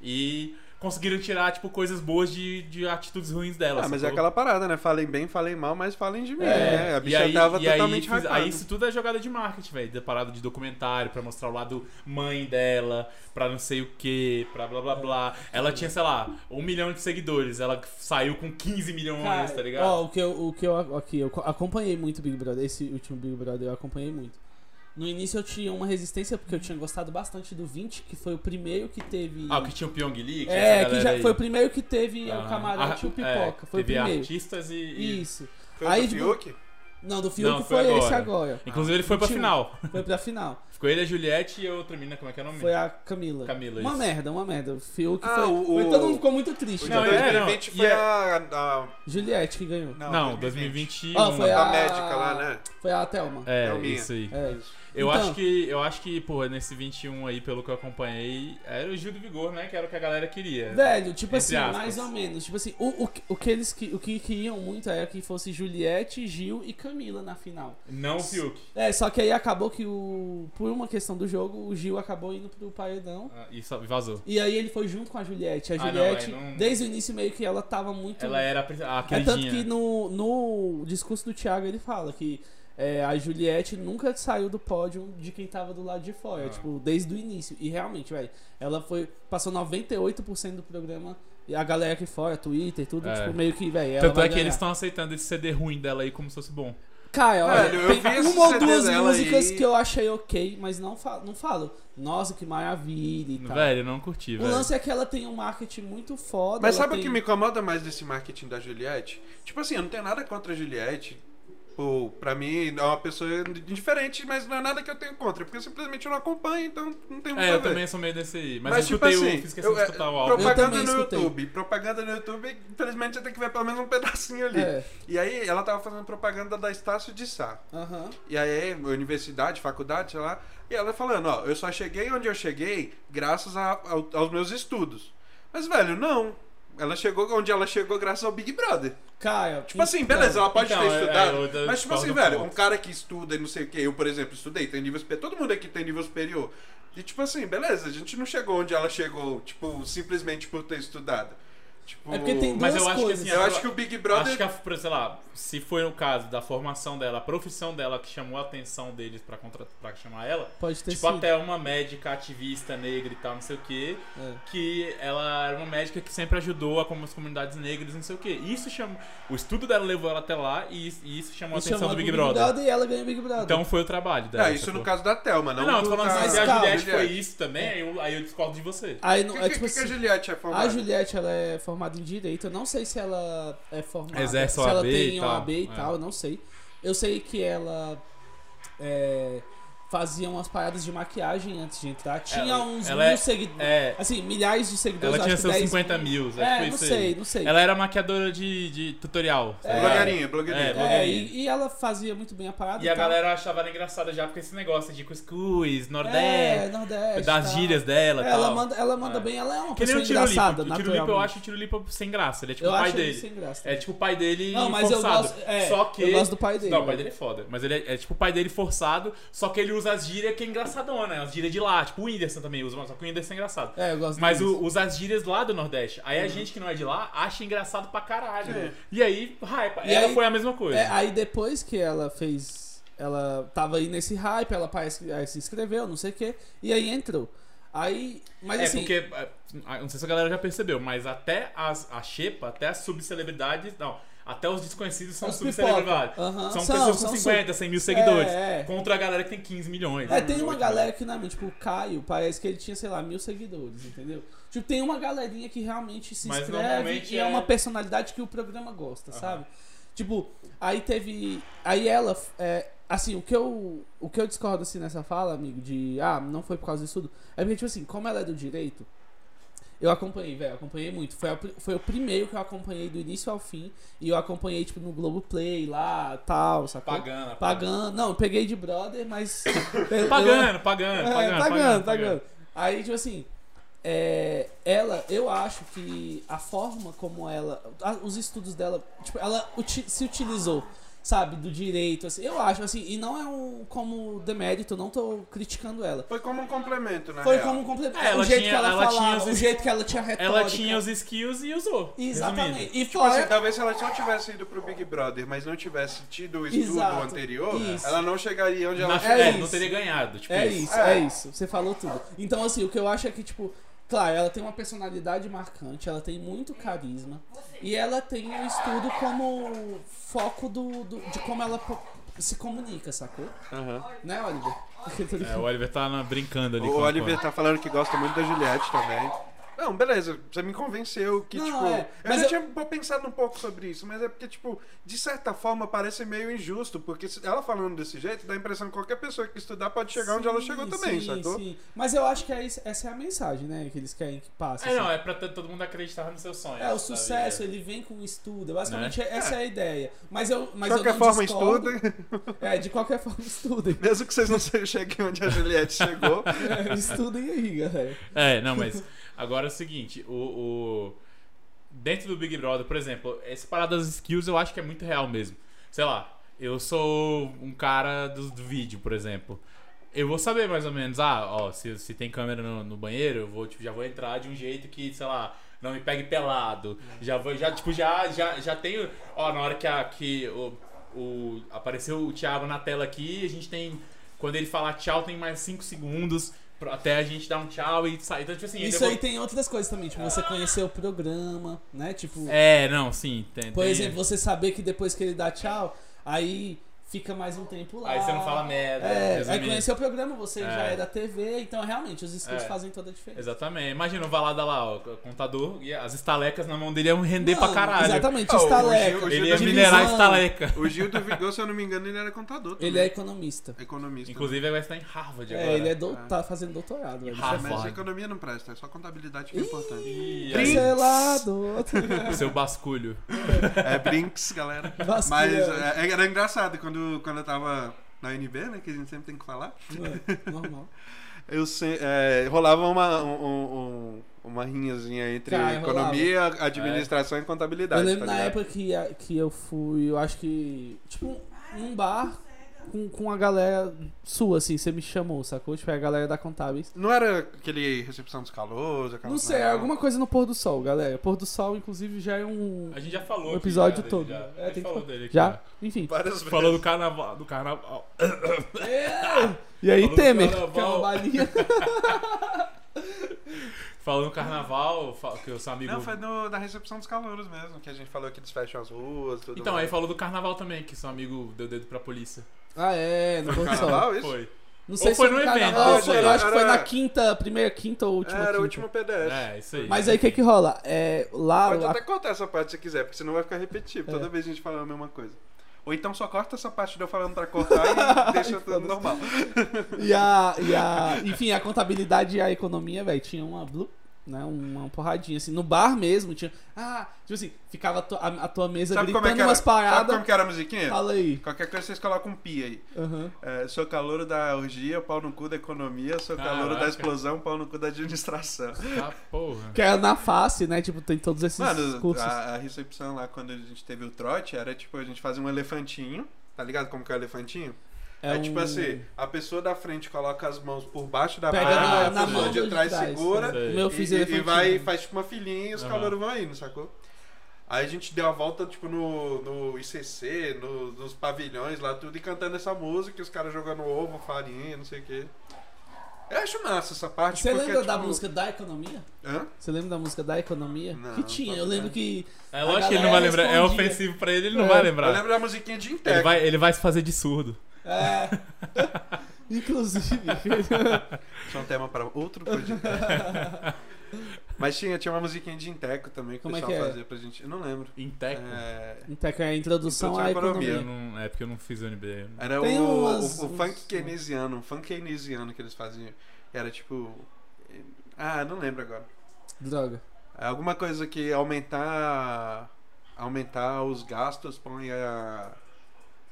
Speaker 2: E conseguiram tirar, tipo, coisas boas de, de atitudes ruins dela.
Speaker 1: Ah, mas é
Speaker 2: sacou?
Speaker 1: aquela parada, né? Falem bem, falem mal, mas falem de mim,
Speaker 2: É,
Speaker 1: né? A bicha
Speaker 2: e aí,
Speaker 1: tava
Speaker 2: e aí
Speaker 1: totalmente
Speaker 2: fiz- aí,
Speaker 1: hypada.
Speaker 2: isso tudo é jogada de marketing, velho. Da parada de documentário pra mostrar o lado mãe dela, pra não sei o que, pra blá blá blá. Ela tinha, sei lá, um milhão de seguidores. Ela saiu com 15 milhões,
Speaker 3: Cara,
Speaker 2: tá ligado?
Speaker 3: Ó, o que eu, o que eu aqui, eu co- acompanhei muito o Big Brother, esse último Big Brother eu acompanhei muito. No início eu tinha uma resistência porque eu tinha gostado bastante do 20, que foi o primeiro que teve
Speaker 2: ah, o que tinha o Pyong Lee,
Speaker 3: É,
Speaker 2: essa
Speaker 3: que já
Speaker 2: galera aí.
Speaker 3: foi o primeiro que teve é,
Speaker 2: Ah,
Speaker 3: o camarote e o
Speaker 2: ah, é,
Speaker 3: pipoca, foi o
Speaker 2: teve
Speaker 3: primeiro.
Speaker 2: artistas e... e-
Speaker 3: Isso.
Speaker 1: Foi o
Speaker 3: Aí
Speaker 1: do
Speaker 3: de-
Speaker 1: Fiuk?
Speaker 3: Não, do Fiuk
Speaker 2: Não,
Speaker 3: foi,
Speaker 2: foi
Speaker 3: esse
Speaker 2: agora.
Speaker 3: agora.
Speaker 2: Inclusive ele foi pra
Speaker 3: 21.
Speaker 2: final.
Speaker 3: Foi pra final.
Speaker 2: Ficou ele, a Juliette e a outra menina, como é que é o nome?
Speaker 3: Foi a Camila.
Speaker 2: Camila,
Speaker 3: uma
Speaker 2: isso.
Speaker 3: merda, uma merda. O Fiuk
Speaker 1: Ah,
Speaker 3: foi,
Speaker 1: o-
Speaker 3: foi- Todo
Speaker 1: o-
Speaker 3: mundo ficou muito
Speaker 1: O
Speaker 3: triste.
Speaker 1: de
Speaker 2: Não,
Speaker 3: né?
Speaker 2: é, não.
Speaker 1: 2020
Speaker 2: E
Speaker 1: foi
Speaker 2: é-
Speaker 1: a, a-
Speaker 3: Juliette que ganhou.
Speaker 1: Não,
Speaker 2: Não,
Speaker 1: 2020.
Speaker 2: 2021.
Speaker 3: Ah, foi
Speaker 1: A
Speaker 3: Ah.
Speaker 1: médica lá, né?
Speaker 3: Foi a Thelma.
Speaker 2: É,
Speaker 1: Thelminha.
Speaker 2: isso aí.
Speaker 3: É.
Speaker 2: Eu,
Speaker 3: Então-
Speaker 2: acho que, eu acho que, porra, nesse 21 aí, pelo que eu acompanhei, era o Gil do Vigor, né? Que era o que a galera queria.
Speaker 3: Velho, tipo
Speaker 2: Entre
Speaker 3: assim,
Speaker 2: aspas.
Speaker 3: mais ou menos. Tipo assim, o, o, que- o que eles que- o que queriam muito era que fosse Juliette, Gil e Camila na final.
Speaker 2: Não o Fiuk.
Speaker 3: É, só que aí acabou que o. Por uma questão do jogo, o Gil acabou indo pro paredão.
Speaker 2: Ah, E só- vazou.
Speaker 3: E aí ele foi junto com a Juliette. A
Speaker 2: Ah, não,
Speaker 3: Juliette,
Speaker 2: aí não-
Speaker 3: desde o início, meio que ela tava muito.
Speaker 2: Ela era a prin- a
Speaker 3: É
Speaker 2: queridinha.
Speaker 3: tanto que no, no discurso do Thiago ele fala que é, a Juliette nunca saiu do pódio de quem tava do lado de fora,
Speaker 2: Ah.
Speaker 3: tipo, desde o início. E realmente, velho, ela foi. Passou 98% do programa. E a galera aqui fora, Twitter, tudo,
Speaker 2: É.
Speaker 3: tipo, meio que, velho.
Speaker 2: Tanto é que eles estão aceitando esse CD ruim dela aí como se fosse bom.
Speaker 3: Cara, olha,
Speaker 1: Velho, eu
Speaker 3: tem
Speaker 1: vi esse
Speaker 3: uma ou
Speaker 1: CD
Speaker 3: duas
Speaker 1: dela
Speaker 3: músicas
Speaker 1: aí.
Speaker 3: que eu achei ok, mas não falo, não falo. Nossa, que maravilha e tal.
Speaker 2: Velho, eu não curti,
Speaker 3: Tá. o
Speaker 2: velho.
Speaker 3: lance é que ela tem um marketing muito foda.
Speaker 1: Mas
Speaker 3: ela
Speaker 1: sabe o
Speaker 3: tem-
Speaker 1: que me incomoda mais desse marketing da Juliette? Tipo assim, eu não tenho nada contra a Juliette. Pô, pra mim é uma pessoa diferente, mas não é nada que eu tenho contra, porque eu simplesmente não acompanho, então não tem muito
Speaker 2: É,
Speaker 1: a
Speaker 2: eu
Speaker 1: ver.
Speaker 2: também sou meio desse aí. Mas,
Speaker 1: Mas,
Speaker 2: eu
Speaker 1: tipo
Speaker 2: escutei o.
Speaker 1: assim,
Speaker 2: Fiz questão
Speaker 1: eu-
Speaker 2: de escutar o álbum.
Speaker 3: Eu
Speaker 1: propaganda
Speaker 3: também
Speaker 1: no
Speaker 3: escutei.
Speaker 1: YouTube. Propaganda no YouTube, infelizmente, tem que ver pelo menos um pedacinho ali.
Speaker 3: É,
Speaker 1: E aí, ela tava fazendo propaganda da Estácio de Sá.
Speaker 3: aham.
Speaker 1: E aí, universidade, faculdade, sei lá. E ela falando, ó, eu só cheguei onde eu cheguei graças a- ao- aos meus estudos. Mas, velho, não. Ela chegou onde ela chegou graças ao Big Brother.
Speaker 3: Cara,
Speaker 1: Tipo assim, beleza, ela pode
Speaker 2: Então,
Speaker 1: ter
Speaker 2: é,
Speaker 1: estudado.
Speaker 2: é, eu tô-
Speaker 1: mas, tipo assim,
Speaker 2: discordo
Speaker 1: velho,
Speaker 2: ponto.
Speaker 1: um cara que estuda e não sei o quê, eu, por exemplo, estudei, tem nível superior. Todo mundo aqui tem nível superior. E, tipo assim, beleza, a gente não chegou onde ela chegou, tipo, simplesmente por ter estudado. Tipo,
Speaker 3: É porque tem
Speaker 2: Mas
Speaker 3: duas
Speaker 2: eu acho que,
Speaker 3: coisas.
Speaker 2: assim,
Speaker 1: Eu acho que o Big é Brother.
Speaker 2: Acho que, a- por- sei lá, se foi o caso da formação dela, a profissão dela que chamou a atenção deles pra, contra... pra chamar ela,
Speaker 3: Pode ter
Speaker 2: tipo,
Speaker 3: sido.
Speaker 2: até uma médica ativista negra e tal, não sei o quê,
Speaker 3: É.
Speaker 2: que ela era uma médica que sempre ajudou a como as comunidades negras, não sei o quê. Isso chamou. O estudo dela levou ela até lá e isso, e isso chamou a
Speaker 3: Isso
Speaker 2: atenção
Speaker 3: chamou
Speaker 2: do Big
Speaker 3: pro
Speaker 2: Brother.
Speaker 3: E ela ganhou o Big Brother.
Speaker 2: Então foi o trabalho dela.
Speaker 1: Ah, isso
Speaker 2: sacou?
Speaker 1: no caso da Thelma, não.
Speaker 2: Não, não, eu tô
Speaker 1: do
Speaker 2: falando
Speaker 1: da-
Speaker 2: assim, se a
Speaker 3: calma,
Speaker 2: Juliette foi
Speaker 1: Juliette.
Speaker 2: isso também, aí eu, aí eu discordo de você.
Speaker 3: aí
Speaker 1: O
Speaker 3: não,
Speaker 1: que,
Speaker 3: é
Speaker 1: que-
Speaker 3: tipo
Speaker 1: que a
Speaker 3: assim,
Speaker 1: Juliette é formada?
Speaker 3: a Juliette ela é formada em direito, eu não sei se ela é formada,
Speaker 2: Exerce
Speaker 3: se
Speaker 2: OAB
Speaker 3: ela
Speaker 2: e
Speaker 3: tem
Speaker 2: tal,
Speaker 3: OAB e
Speaker 2: é.
Speaker 3: tal, eu não sei. Eu sei que ela é, fazia umas paradas de maquiagem antes de entrar, tinha
Speaker 2: Ela-
Speaker 3: uns
Speaker 2: ela
Speaker 3: mil
Speaker 2: é-
Speaker 3: seguidores,
Speaker 2: É.
Speaker 3: assim, milhares de seguidores,
Speaker 2: Ela tinha
Speaker 3: acho que
Speaker 2: seus
Speaker 3: 10
Speaker 2: 50 mil, acho que foi
Speaker 3: É, não
Speaker 2: isso aí.
Speaker 3: sei, não sei.
Speaker 2: Ela era maquiadora de, de tutorial. tá ligado?
Speaker 1: Blogueirinha, blogueirinha.
Speaker 2: É,
Speaker 3: É, e, e ela fazia muito bem a parada
Speaker 2: E a
Speaker 3: tal.
Speaker 2: galera achava ela engraçada já com esse negócio de cuscuz,
Speaker 3: é,
Speaker 2: nordeste,
Speaker 3: Nordeste,
Speaker 2: das
Speaker 3: tal.
Speaker 2: gírias dela e
Speaker 3: ela
Speaker 2: tal.
Speaker 3: manda, ela manda
Speaker 2: É.
Speaker 3: bem, ela é uma
Speaker 2: que nem
Speaker 3: pessoa
Speaker 2: o Tirulipo.
Speaker 3: engraçada,
Speaker 2: O Tirulipo, eu
Speaker 3: naturalmente.
Speaker 2: acho o Tirulipo sem graça. Ele é tipo
Speaker 3: Eu
Speaker 2: o pai
Speaker 3: acho ele
Speaker 2: dele.
Speaker 3: sem graça.
Speaker 2: É tipo o pai dele
Speaker 3: Não, mas eu
Speaker 2: forçado.
Speaker 3: gosto- é,
Speaker 2: só que...
Speaker 3: eu gosto do pai dele,
Speaker 2: Não, o pai
Speaker 3: né?
Speaker 2: dele é foda. Mas ele é, é tipo o pai dele forçado, só que ele usa as gírias que é engraçadona. As gírias de lá. Tipo o Whindersson também usa, mas só que o Whindersson é engraçado.
Speaker 3: É, eu gosto
Speaker 2: Mas
Speaker 3: disso.
Speaker 2: o, usa as gírias lá do Nordeste. Aí
Speaker 3: Uhum.
Speaker 2: a gente que não é de lá acha engraçado pra caralho. E aí, hype.
Speaker 3: É. E
Speaker 2: ela
Speaker 3: aí-
Speaker 2: foi a mesma coisa.
Speaker 3: É, aí depois que ela fez. Ela tava aí nesse hype, ela parece que aí se inscreveu, não sei o quê, e aí entrou. Aí. Mas
Speaker 2: é
Speaker 3: assim.
Speaker 2: porque, é, ah, não sei se a galera já percebeu, mas até as, a Xepa, até as subcelebridades, não, até os desconhecidos são
Speaker 3: As
Speaker 2: subcelebridades.
Speaker 3: pipoca. Aham,
Speaker 2: São,
Speaker 3: são,
Speaker 2: pessoas
Speaker 3: são
Speaker 2: com
Speaker 3: sub-
Speaker 2: 50, 100 mil seguidores,
Speaker 3: É, é.
Speaker 2: contra a galera que tem 15 milhões.
Speaker 3: É, tem uma
Speaker 2: 18
Speaker 3: galera que, na minha, tipo, o Caio, parece que ele tinha, sei lá, mil seguidores, entendeu? Tipo, tem uma galerinha que realmente se
Speaker 2: Mas
Speaker 3: inscreve
Speaker 2: normalmente
Speaker 3: e é...
Speaker 2: é-
Speaker 3: uma personalidade que o programa gosta,
Speaker 2: Aham.
Speaker 3: sabe? Tipo, aí teve. Aí ela. é, assim, o que, eu, o que eu discordo assim nessa fala, amigo, de ah, não foi por causa disso tudo, é porque, tipo assim, como ela é do direito, eu acompanhei, velho, acompanhei muito. Foi, a pri- foi o primeiro que eu acompanhei do início ao fim. E eu acompanhei, tipo, no Globoplay lá, tal, sacou?
Speaker 2: Pagana.
Speaker 3: Pagando. Não, eu peguei de brother, mas.
Speaker 2: Pagando,
Speaker 3: eu-
Speaker 2: pagando,
Speaker 3: é,
Speaker 2: pagando.
Speaker 3: pagando,
Speaker 2: pagando.
Speaker 3: pagando. Aí, tipo assim, é, ela, eu acho que a forma como ela. a- os estudos dela, tipo, ela uti- se utilizou sabe, do direito, assim. Eu acho, assim, e não é um como demérito, não tô criticando ela.
Speaker 1: Foi como um complemento, né?
Speaker 3: Foi como um complemento.
Speaker 2: É, ela
Speaker 3: o jeito
Speaker 2: tinha-
Speaker 3: que ela,
Speaker 2: ela tinha
Speaker 3: falava,
Speaker 2: os-
Speaker 3: o jeito que ela tinha retórica.
Speaker 2: Ela tinha os skills e usou.
Speaker 3: Exatamente.
Speaker 2: Resumindo.
Speaker 3: E
Speaker 1: Tipo assim,
Speaker 3: fora-
Speaker 1: talvez se ela só tivesse ido pro Big Brother, mas não tivesse tido o estudo
Speaker 3: Exato.
Speaker 1: anterior,
Speaker 3: Isso.
Speaker 1: ela não chegaria onde
Speaker 2: Na-
Speaker 1: ela
Speaker 3: é
Speaker 2: é,
Speaker 3: isso.
Speaker 2: não teria ganhado. Tipo,
Speaker 3: É
Speaker 2: isso.
Speaker 3: isso,
Speaker 1: É.
Speaker 3: é. isso. Você falou tudo. Então, assim, o que eu acho é que, tipo, claro, ela tem uma personalidade marcante, ela tem muito carisma. E ela tem o estudo como foco do, do- de como ela po- se comunica, sacou? Né, Oliver?
Speaker 2: É, o Oliver tá na- brincando ali.
Speaker 1: O
Speaker 2: com a
Speaker 1: Oliver
Speaker 2: coisa.
Speaker 1: tá falando que gosta muito da Juliette também. Não, beleza, você me convenceu que,
Speaker 3: Não,
Speaker 1: tipo.
Speaker 3: é,
Speaker 1: Eu
Speaker 3: mas
Speaker 1: já
Speaker 3: eu-
Speaker 1: tinha pensado um pouco sobre isso, mas é porque, tipo, de certa forma parece meio injusto, porque se- ela falando desse jeito dá a impressão que qualquer pessoa que estudar pode chegar onde ela chegou também,
Speaker 3: sim,
Speaker 1: sacou?
Speaker 3: Sim. Mas eu acho que é isso- essa é a mensagem, né? Que eles querem que passe.
Speaker 2: É,
Speaker 3: assim.
Speaker 2: não, é pra t- todo mundo acreditar no seu sonho.
Speaker 3: É, o
Speaker 2: sabe?
Speaker 3: sucesso,
Speaker 2: É. Né?
Speaker 3: ele vem com o estudo. Basicamente, essa é a ideia. Mas eu, mas
Speaker 1: De
Speaker 3: eu
Speaker 1: qualquer
Speaker 3: não
Speaker 1: forma,
Speaker 3: discordo.
Speaker 1: estudem.
Speaker 3: É, de qualquer forma, estudem.
Speaker 1: Mesmo que vocês não se- cheguem onde a Juliette chegou.
Speaker 3: É, estudem aí, galera.
Speaker 2: É, não, mas agora é o seguinte, o, o- dentro do Big Brother, por exemplo, essa parada das skills eu acho que é muito real mesmo. Sei lá, eu sou um cara do, do vídeo, por exemplo. Eu vou saber mais ou menos, ah, ó, se, se tem câmera no, no banheiro, eu vou, tipo, já vou entrar de um jeito que, sei lá, não me pegue pelado. Já vou, já, tipo, já, já, já tenho. Ó, na hora que, a, que o, o- apareceu o Thiago na tela aqui, a gente tem. Quando ele falar tchau, tem mais 5 segundos pra- até a gente dar um tchau e sair. Então, tipo assim,
Speaker 3: Isso
Speaker 2: ainda
Speaker 3: aí
Speaker 2: vou-
Speaker 3: tem outras coisas também, tipo, você conhecer o programa, né? Tipo,
Speaker 2: É, não, sim, tem.
Speaker 3: por
Speaker 2: tem-
Speaker 3: exemplo, você saber que depois que ele dá tchau, aí fica mais um tempo lá.
Speaker 2: Aí você não fala merda.
Speaker 3: É, aí
Speaker 2: resumindo.
Speaker 3: conhecer o programa, você já
Speaker 2: É.
Speaker 3: é da TV, então realmente os skills
Speaker 2: É.
Speaker 3: fazem toda a diferença.
Speaker 2: Exatamente. Imagina o Valada lá, ó, o contador, e as estalecas na mão dele iam render pra
Speaker 3: Não,
Speaker 2: caralho.
Speaker 3: Exatamente,
Speaker 1: Ah, o
Speaker 3: o
Speaker 1: Gil- o
Speaker 3: Staleca.
Speaker 1: Gil-
Speaker 2: Ele ia
Speaker 3: Divisão.
Speaker 2: minerar a estaleca.
Speaker 1: O Gil do Vigor, se eu não me engano, ele era contador. Também.
Speaker 3: Ele é economista.
Speaker 1: economista.
Speaker 2: Inclusive, ele vai estar em Harvard agora.
Speaker 3: É, ele é do...
Speaker 1: É.
Speaker 3: tá fazendo doutorado. velho.
Speaker 2: Ah,
Speaker 1: Mas
Speaker 2: foda.
Speaker 1: economia não presta, é só contabilidade que é importante.
Speaker 2: E aí,
Speaker 3: Cancelado.
Speaker 2: seu basculho.
Speaker 1: É brinks, galera.
Speaker 3: Vasculhando.
Speaker 1: Mas é, era engraçado quando, quando eu tava na UNB, né? Que a gente sempre tem que falar.
Speaker 3: Ué, Normal.
Speaker 1: Eu se- é, rolava uma, um- um- um- uma rinhazinha entre
Speaker 3: Cara,
Speaker 1: economia, administração e contabilidade.
Speaker 3: É. Eu lembro
Speaker 1: tá
Speaker 3: na
Speaker 1: ligado?
Speaker 3: época que, a- que eu fui, eu acho que. Tipo, num bar com, com a galera sua, assim, você me chamou, sacou? Tipo, é a galera da Contábeis.
Speaker 1: Não era aquele recepção dos calouros, aquela
Speaker 3: Não sei, é alguma coisa no pôr do sol, galera. Pôr do sol, inclusive, já é um.
Speaker 2: A gente já falou.
Speaker 3: O
Speaker 2: aqui,
Speaker 3: episódio
Speaker 2: já, dele,
Speaker 3: todo.
Speaker 2: Já.
Speaker 3: É,
Speaker 2: A gente
Speaker 3: tem que
Speaker 2: falou
Speaker 3: falar.
Speaker 2: dele aqui, né?
Speaker 3: Já? Enfim.
Speaker 1: Várias vezes.
Speaker 2: Falou do carnaval. Do carnaval.
Speaker 3: É. E aí,
Speaker 2: Falou
Speaker 3: Temer,
Speaker 2: do carnaval.
Speaker 3: que é uma balinha.
Speaker 2: Falou do carnaval, fa- que o seu amigo.
Speaker 1: Não, foi no- da recepção dos calouros mesmo, que a gente falou que eles fecham as ruas, tudo
Speaker 2: Então, aí
Speaker 1: mais.
Speaker 2: falou do carnaval também, que seu amigo deu dedo pra polícia.
Speaker 3: Ah, é, no pôr do sol.
Speaker 1: Carnaval, isso?
Speaker 2: Foi.
Speaker 3: Não sei
Speaker 2: Ou foi
Speaker 3: se
Speaker 2: no
Speaker 3: carnaval,
Speaker 2: evento, né,
Speaker 3: foi-
Speaker 2: gente?
Speaker 3: eu acho que foi
Speaker 1: Era-
Speaker 3: na quinta, primeira quinta ou última.
Speaker 1: Era
Speaker 3: quinta.
Speaker 1: o último PDS.
Speaker 2: É, isso aí.
Speaker 3: Mas aí o que que rola? É, lá,
Speaker 1: Pode
Speaker 3: a-
Speaker 1: até cortar essa parte se quiser, porque senão vai ficar repetitivo. Toda
Speaker 3: É.
Speaker 1: vez a gente falando a mesma coisa. Ou então só corta essa parte de eu falando pra cortar e deixa tudo normal.
Speaker 3: E a, e a. Enfim, a contabilidade e a economia, velho, tinha uma. blu- Né, uma porradinha, assim, no bar mesmo tinha. Ah, tipo assim, ficava a tua, a- a tua mesa
Speaker 1: Sabe como
Speaker 3: gritando
Speaker 1: é que era?
Speaker 3: umas
Speaker 1: Sabe
Speaker 3: paradas.
Speaker 1: como que era a musiquinha?
Speaker 3: Fala aí.
Speaker 1: Qualquer coisa vocês colocam um pi aí.
Speaker 3: Aham.
Speaker 1: É, sou calouro da orgia, pau no cu da economia, sou calouro da
Speaker 2: Caraca.
Speaker 1: explosão, pau no cu da administração.
Speaker 2: Ah, porra.
Speaker 3: Que era na face, né? Tipo, tem todos esses
Speaker 1: Mano, ah,
Speaker 3: cursos.
Speaker 1: a, a recepção lá quando a gente teve o trote era tipo a gente fazia um elefantinho, tá ligado como que é o elefantinho? É,
Speaker 3: um-
Speaker 1: tipo assim, a pessoa da frente coloca as mãos por baixo da
Speaker 3: Pega
Speaker 1: perna,
Speaker 2: na-
Speaker 1: a
Speaker 2: na
Speaker 1: pessoa
Speaker 2: mão
Speaker 1: de
Speaker 3: dos É.
Speaker 1: trás
Speaker 3: trás,
Speaker 1: segura
Speaker 2: tá?
Speaker 1: e-
Speaker 3: O meu fiz
Speaker 1: e, e
Speaker 3: elefantinho.
Speaker 1: vai e faz tipo uma filinha e os
Speaker 2: Aham.
Speaker 1: calouros vão indo, sacou? Aí a gente deu a volta, tipo, no, no ICC, no- nos pavilhões lá, tudo, e cantando essa música, e os caras jogando ovo, farinha, não sei o quê. Eu acho massa essa parte.
Speaker 3: Você
Speaker 1: porque,
Speaker 3: lembra da
Speaker 1: tipo,
Speaker 3: música da economia?
Speaker 1: Hã?
Speaker 3: Você lembra da música da economia?
Speaker 1: Não,
Speaker 3: que tinha,
Speaker 1: não
Speaker 3: eu lembro
Speaker 1: lembro.
Speaker 3: que.
Speaker 2: É
Speaker 3: A
Speaker 2: lógico que ele
Speaker 3: galera
Speaker 2: não vai lembrar. É
Speaker 3: respondia.
Speaker 2: ofensivo pra ele, ele não
Speaker 3: É.
Speaker 2: vai
Speaker 1: Eu
Speaker 2: lembrar.
Speaker 1: lembro da musiquinha de
Speaker 2: Ele
Speaker 1: Intec.
Speaker 2: vai, ele vai se fazer de surdo.
Speaker 3: É. Inclusive.
Speaker 1: Isso é um tema para outro podcast. Mas tinha, tinha uma musiquinha de Inteco também que
Speaker 3: Como
Speaker 1: o
Speaker 3: é
Speaker 1: pessoal
Speaker 3: que é?
Speaker 1: fazia pra gente. Eu não lembro.
Speaker 2: Inteco.
Speaker 1: É,
Speaker 3: então, que é a introdução
Speaker 1: Introdução à
Speaker 3: à
Speaker 1: economia. né?
Speaker 2: Eu
Speaker 3: economia.
Speaker 2: não, é porque eu não fiz o NB.
Speaker 1: Era
Speaker 3: Tem
Speaker 1: o,
Speaker 3: umas-
Speaker 1: o, o
Speaker 3: uns-
Speaker 1: funk keynesiano, um funk keynesiano que eles faziam. Era tipo. Ah, não lembro agora.
Speaker 3: Droga.
Speaker 1: Alguma coisa que aumentar. Aumentar os gastos põe a.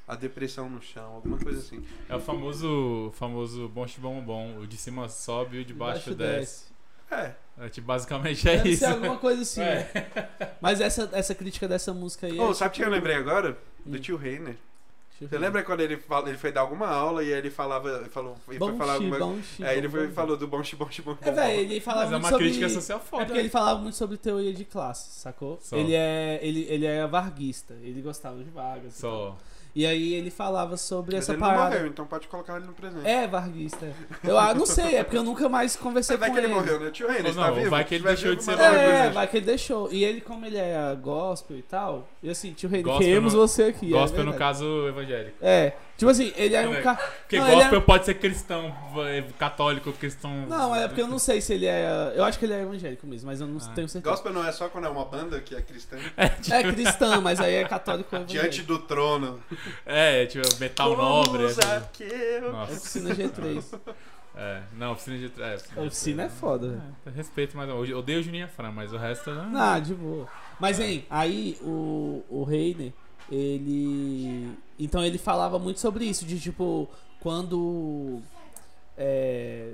Speaker 1: A depressão no chão, alguma coisa assim.
Speaker 2: É o famoso, famoso bom bom bom. O de cima sobe e o de baixo,
Speaker 3: Embaixo
Speaker 2: desce.
Speaker 1: É,
Speaker 2: É, tipo, basicamente é
Speaker 3: Deve
Speaker 2: isso.
Speaker 3: ser alguma coisa assim.
Speaker 2: É.
Speaker 3: né? Mas essa, essa crítica dessa música aí.
Speaker 1: Ô,
Speaker 3: é
Speaker 1: sabe o que eu lembrei agora?
Speaker 3: Hum.
Speaker 1: Do tio Reiner.
Speaker 3: Deixa eu
Speaker 1: Você
Speaker 3: ver.
Speaker 1: lembra quando ele, fala- ele foi dar alguma aula e aí ele falava. Ele falou, ele foi
Speaker 3: Bom
Speaker 1: falar
Speaker 3: chi,
Speaker 1: alguma
Speaker 3: bom chi,
Speaker 1: Aí
Speaker 3: bom,
Speaker 1: ele foi,
Speaker 3: bom.
Speaker 1: falou do bom chi, bom chi, bom
Speaker 3: É, velho, ele
Speaker 2: Mas
Speaker 3: falava
Speaker 2: é
Speaker 3: muito
Speaker 2: uma
Speaker 3: sobre...
Speaker 2: crítica social
Speaker 3: É
Speaker 2: foda. né?
Speaker 3: porque ele falava muito sobre teoria de classe, sacou?
Speaker 2: Só.
Speaker 3: Ele é ele, ele era varguista, ele gostava de vagas. e tal.
Speaker 2: Só.
Speaker 3: E aí ele falava sobre
Speaker 1: Mas
Speaker 3: essa
Speaker 1: ele não
Speaker 3: parada.
Speaker 1: morreu, então pode colocar ele no presente.
Speaker 3: É varguista. Eu ah, não sei, é porque eu nunca mais conversei
Speaker 1: vai
Speaker 3: com
Speaker 1: que ele
Speaker 3: ele.
Speaker 1: morreu, né? Tio Renan,
Speaker 2: Ou
Speaker 1: você tá
Speaker 2: não,
Speaker 1: vivo?
Speaker 2: vai que ele
Speaker 1: Vai
Speaker 2: deixou
Speaker 1: vivo,
Speaker 2: de ser
Speaker 1: mas-
Speaker 2: Não,
Speaker 3: É,
Speaker 1: assim.
Speaker 2: mas-
Speaker 3: vai que ele deixou. E ele, como ele é gospel e tal, e assim, tio Rei,
Speaker 2: Gospel
Speaker 3: queremos
Speaker 2: no-
Speaker 3: você aqui. é
Speaker 2: Gospel, no
Speaker 3: verdade.
Speaker 2: caso, evangélico.
Speaker 3: É, tipo assim, ele era um
Speaker 2: Não,
Speaker 3: cara.
Speaker 2: Porque
Speaker 3: Não, ele é-
Speaker 2: gospel pode ser cristão, eh, católico, cristão.
Speaker 3: Não, é porque eu não sei se ele é. Eu acho que ele é evangélico mesmo, mas eu não
Speaker 2: Ah.
Speaker 3: tenho certeza.
Speaker 1: Gospel não é só quando é uma banda que é cristã.
Speaker 3: É cristão, mas aí é católico ou
Speaker 1: Diante
Speaker 3: evangélico.
Speaker 1: do trono.
Speaker 2: É, tipo, metal nobre.
Speaker 1: Vamos
Speaker 2: essas-
Speaker 1: aqui. Eu...
Speaker 2: Nossa.
Speaker 3: é. Oficina G3.
Speaker 2: É, não, oficina de. É, oficina, de-
Speaker 3: Oficina é foda.
Speaker 2: É, respeito mais. Eu odeio o Juninho Fran, mas o resto. né? Não,
Speaker 1: é,
Speaker 3: Ah, de boa. Mas, hein, aí o, o Reiner, ele. Então ele falava muito sobre isso, de tipo, quando. É,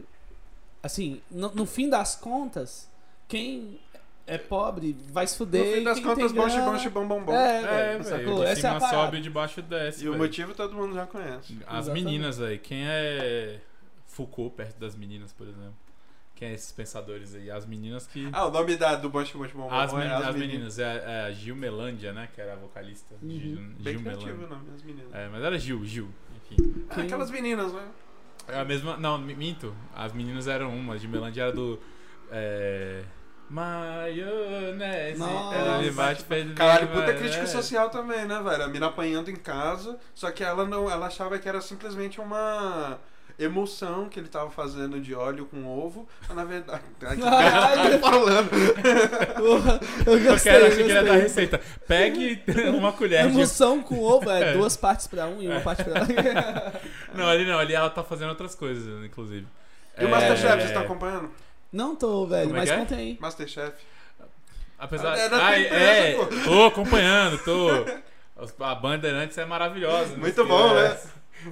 Speaker 3: assim, no, no fim das contas, quem é pobre vai se
Speaker 1: No
Speaker 3: fuder.
Speaker 1: fim
Speaker 3: e
Speaker 1: das
Speaker 3: quem
Speaker 1: contas,
Speaker 3: tem
Speaker 1: bom, chi,
Speaker 3: grana-
Speaker 1: bom, chi, bom, bom, bom.
Speaker 3: É,
Speaker 2: É, velho.
Speaker 3: velho, sacou?
Speaker 2: De
Speaker 3: Essa é
Speaker 2: cima
Speaker 3: a
Speaker 2: sobe e
Speaker 3: parada.
Speaker 2: de baixo desce.
Speaker 1: E o
Speaker 2: velho.
Speaker 1: motivo todo mundo já conhece.
Speaker 2: As
Speaker 3: Exatamente.
Speaker 2: meninas, velho. Quem é Foucault perto das meninas, por exemplo? Quem é esses pensadores aí? As meninas que.
Speaker 1: Ah, o nome da, do bom, chi, bom, chi, bom, bom
Speaker 2: as,
Speaker 1: é
Speaker 2: meni- as meninas. É, é a Gil Melândia, né? Que era a vocalista. Gil,
Speaker 1: Uhum. Bem
Speaker 2: Gil
Speaker 1: criativo né? o
Speaker 2: Melândia.
Speaker 1: nome, as meninas.
Speaker 2: É, mas era Gil, Gil. Enfim.
Speaker 1: Ah, Aquelas meninas, né?
Speaker 2: É a mesma. Não, mi- minto. As meninas eram uma. A Gil Melândia era do. É. Maionese.
Speaker 3: Nossa.
Speaker 2: Ele bate pra ele.
Speaker 1: Caralho,
Speaker 2: vai-
Speaker 1: puta crítica
Speaker 2: é.
Speaker 1: social também, né, velho? A mina apanhando em casa, só que ela não, ela achava que era simplesmente uma emoção que ele tava fazendo de óleo com ovo, mas na verdade, Ai, que merda que eu tô falando.
Speaker 3: Porra, eu
Speaker 2: Eu
Speaker 3: gostei,
Speaker 2: quero,
Speaker 3: eu
Speaker 2: achei que era da
Speaker 3: gostei. É
Speaker 2: receita. Pegue uma colher de
Speaker 3: Emoção com ovo é
Speaker 2: É.
Speaker 3: duas partes pra um e uma parte pra outra.
Speaker 2: Não, ali não, ali ela tá fazendo outras coisas, inclusive. É,
Speaker 1: E o Masterchef, tá vocês estão acompanhando?
Speaker 3: Não tô, velho,
Speaker 2: Como é
Speaker 3: mas
Speaker 2: que é?
Speaker 3: conta aí.
Speaker 1: Masterchef.
Speaker 2: Apesar
Speaker 1: É da tua
Speaker 2: Ai,
Speaker 1: empresa,
Speaker 2: é,
Speaker 1: pô.
Speaker 2: tô acompanhando, tô. Os- A Bandeirantes é maravilhosa.
Speaker 1: Muito
Speaker 2: né?
Speaker 1: bom, né?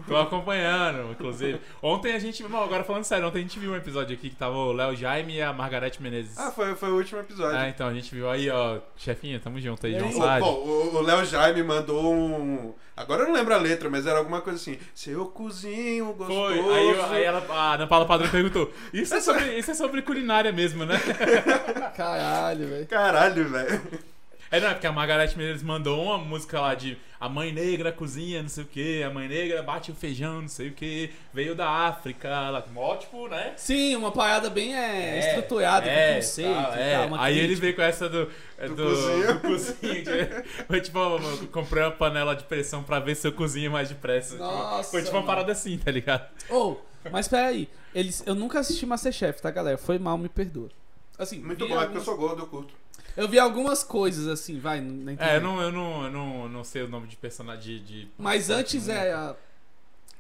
Speaker 2: Tô acompanhando, inclusive. Ontem a gente. Bom, agora falando sério, ontem a gente viu um episódio aqui que tava o Léo Jaime e a Margarete Menezes.
Speaker 1: Ah, foi, foi o último episódio.
Speaker 2: Ah, então a gente viu aí, ó. Chefinha, tamo junto aí, um
Speaker 3: E
Speaker 2: João
Speaker 3: aí?
Speaker 1: O-
Speaker 2: Sade.
Speaker 1: Bom, o o Léo Jaime mandou um. Agora eu não lembro a letra, mas era alguma coisa assim. Seu cozinho gostoso.
Speaker 2: Foi, aí, eu- aí ela, a Ana Paula Padrão perguntou: isso é, sobre, isso é sobre culinária mesmo, né?
Speaker 3: Caralho, velho.
Speaker 1: Caralho, velho.
Speaker 2: É, não, é porque a Margareth Menezes mandou uma música lá de A Mãe Negra cozinha, não sei o que, a Mãe Negra bate o feijão, não sei o que, veio da África, ela, mó tipo, né?
Speaker 3: Sim, uma parada bem é,
Speaker 2: É,
Speaker 3: estruturada,
Speaker 2: é,
Speaker 3: com conceito
Speaker 2: tal,
Speaker 3: e
Speaker 2: é.
Speaker 3: tal. uma
Speaker 2: Aí ele
Speaker 3: crítica.
Speaker 2: veio com essa do... é,
Speaker 1: Do
Speaker 2: Do,
Speaker 1: cozinho.
Speaker 2: do cozinho, tipo, Foi tipo, eu comprei uma panela de pressão pra ver se eu cozinho mais depressa. tipo,
Speaker 3: Nossa,
Speaker 2: foi tipo uma
Speaker 3: mano.
Speaker 2: parada assim, tá ligado?
Speaker 3: Ô, mas peraí. Eles, eu nunca assisti Masterchef, tá, galera? Foi mal, me perdoa. Assim,
Speaker 1: Muito
Speaker 3: vi
Speaker 1: bom, é porque eu
Speaker 3: algumas-
Speaker 1: sou gordo, eu curto.
Speaker 3: eu vi algumas coisas, assim, vai, na internet.
Speaker 2: É, eu não, eu não, eu não, não sei o nome de personagem, de... de-
Speaker 3: Mas antes era...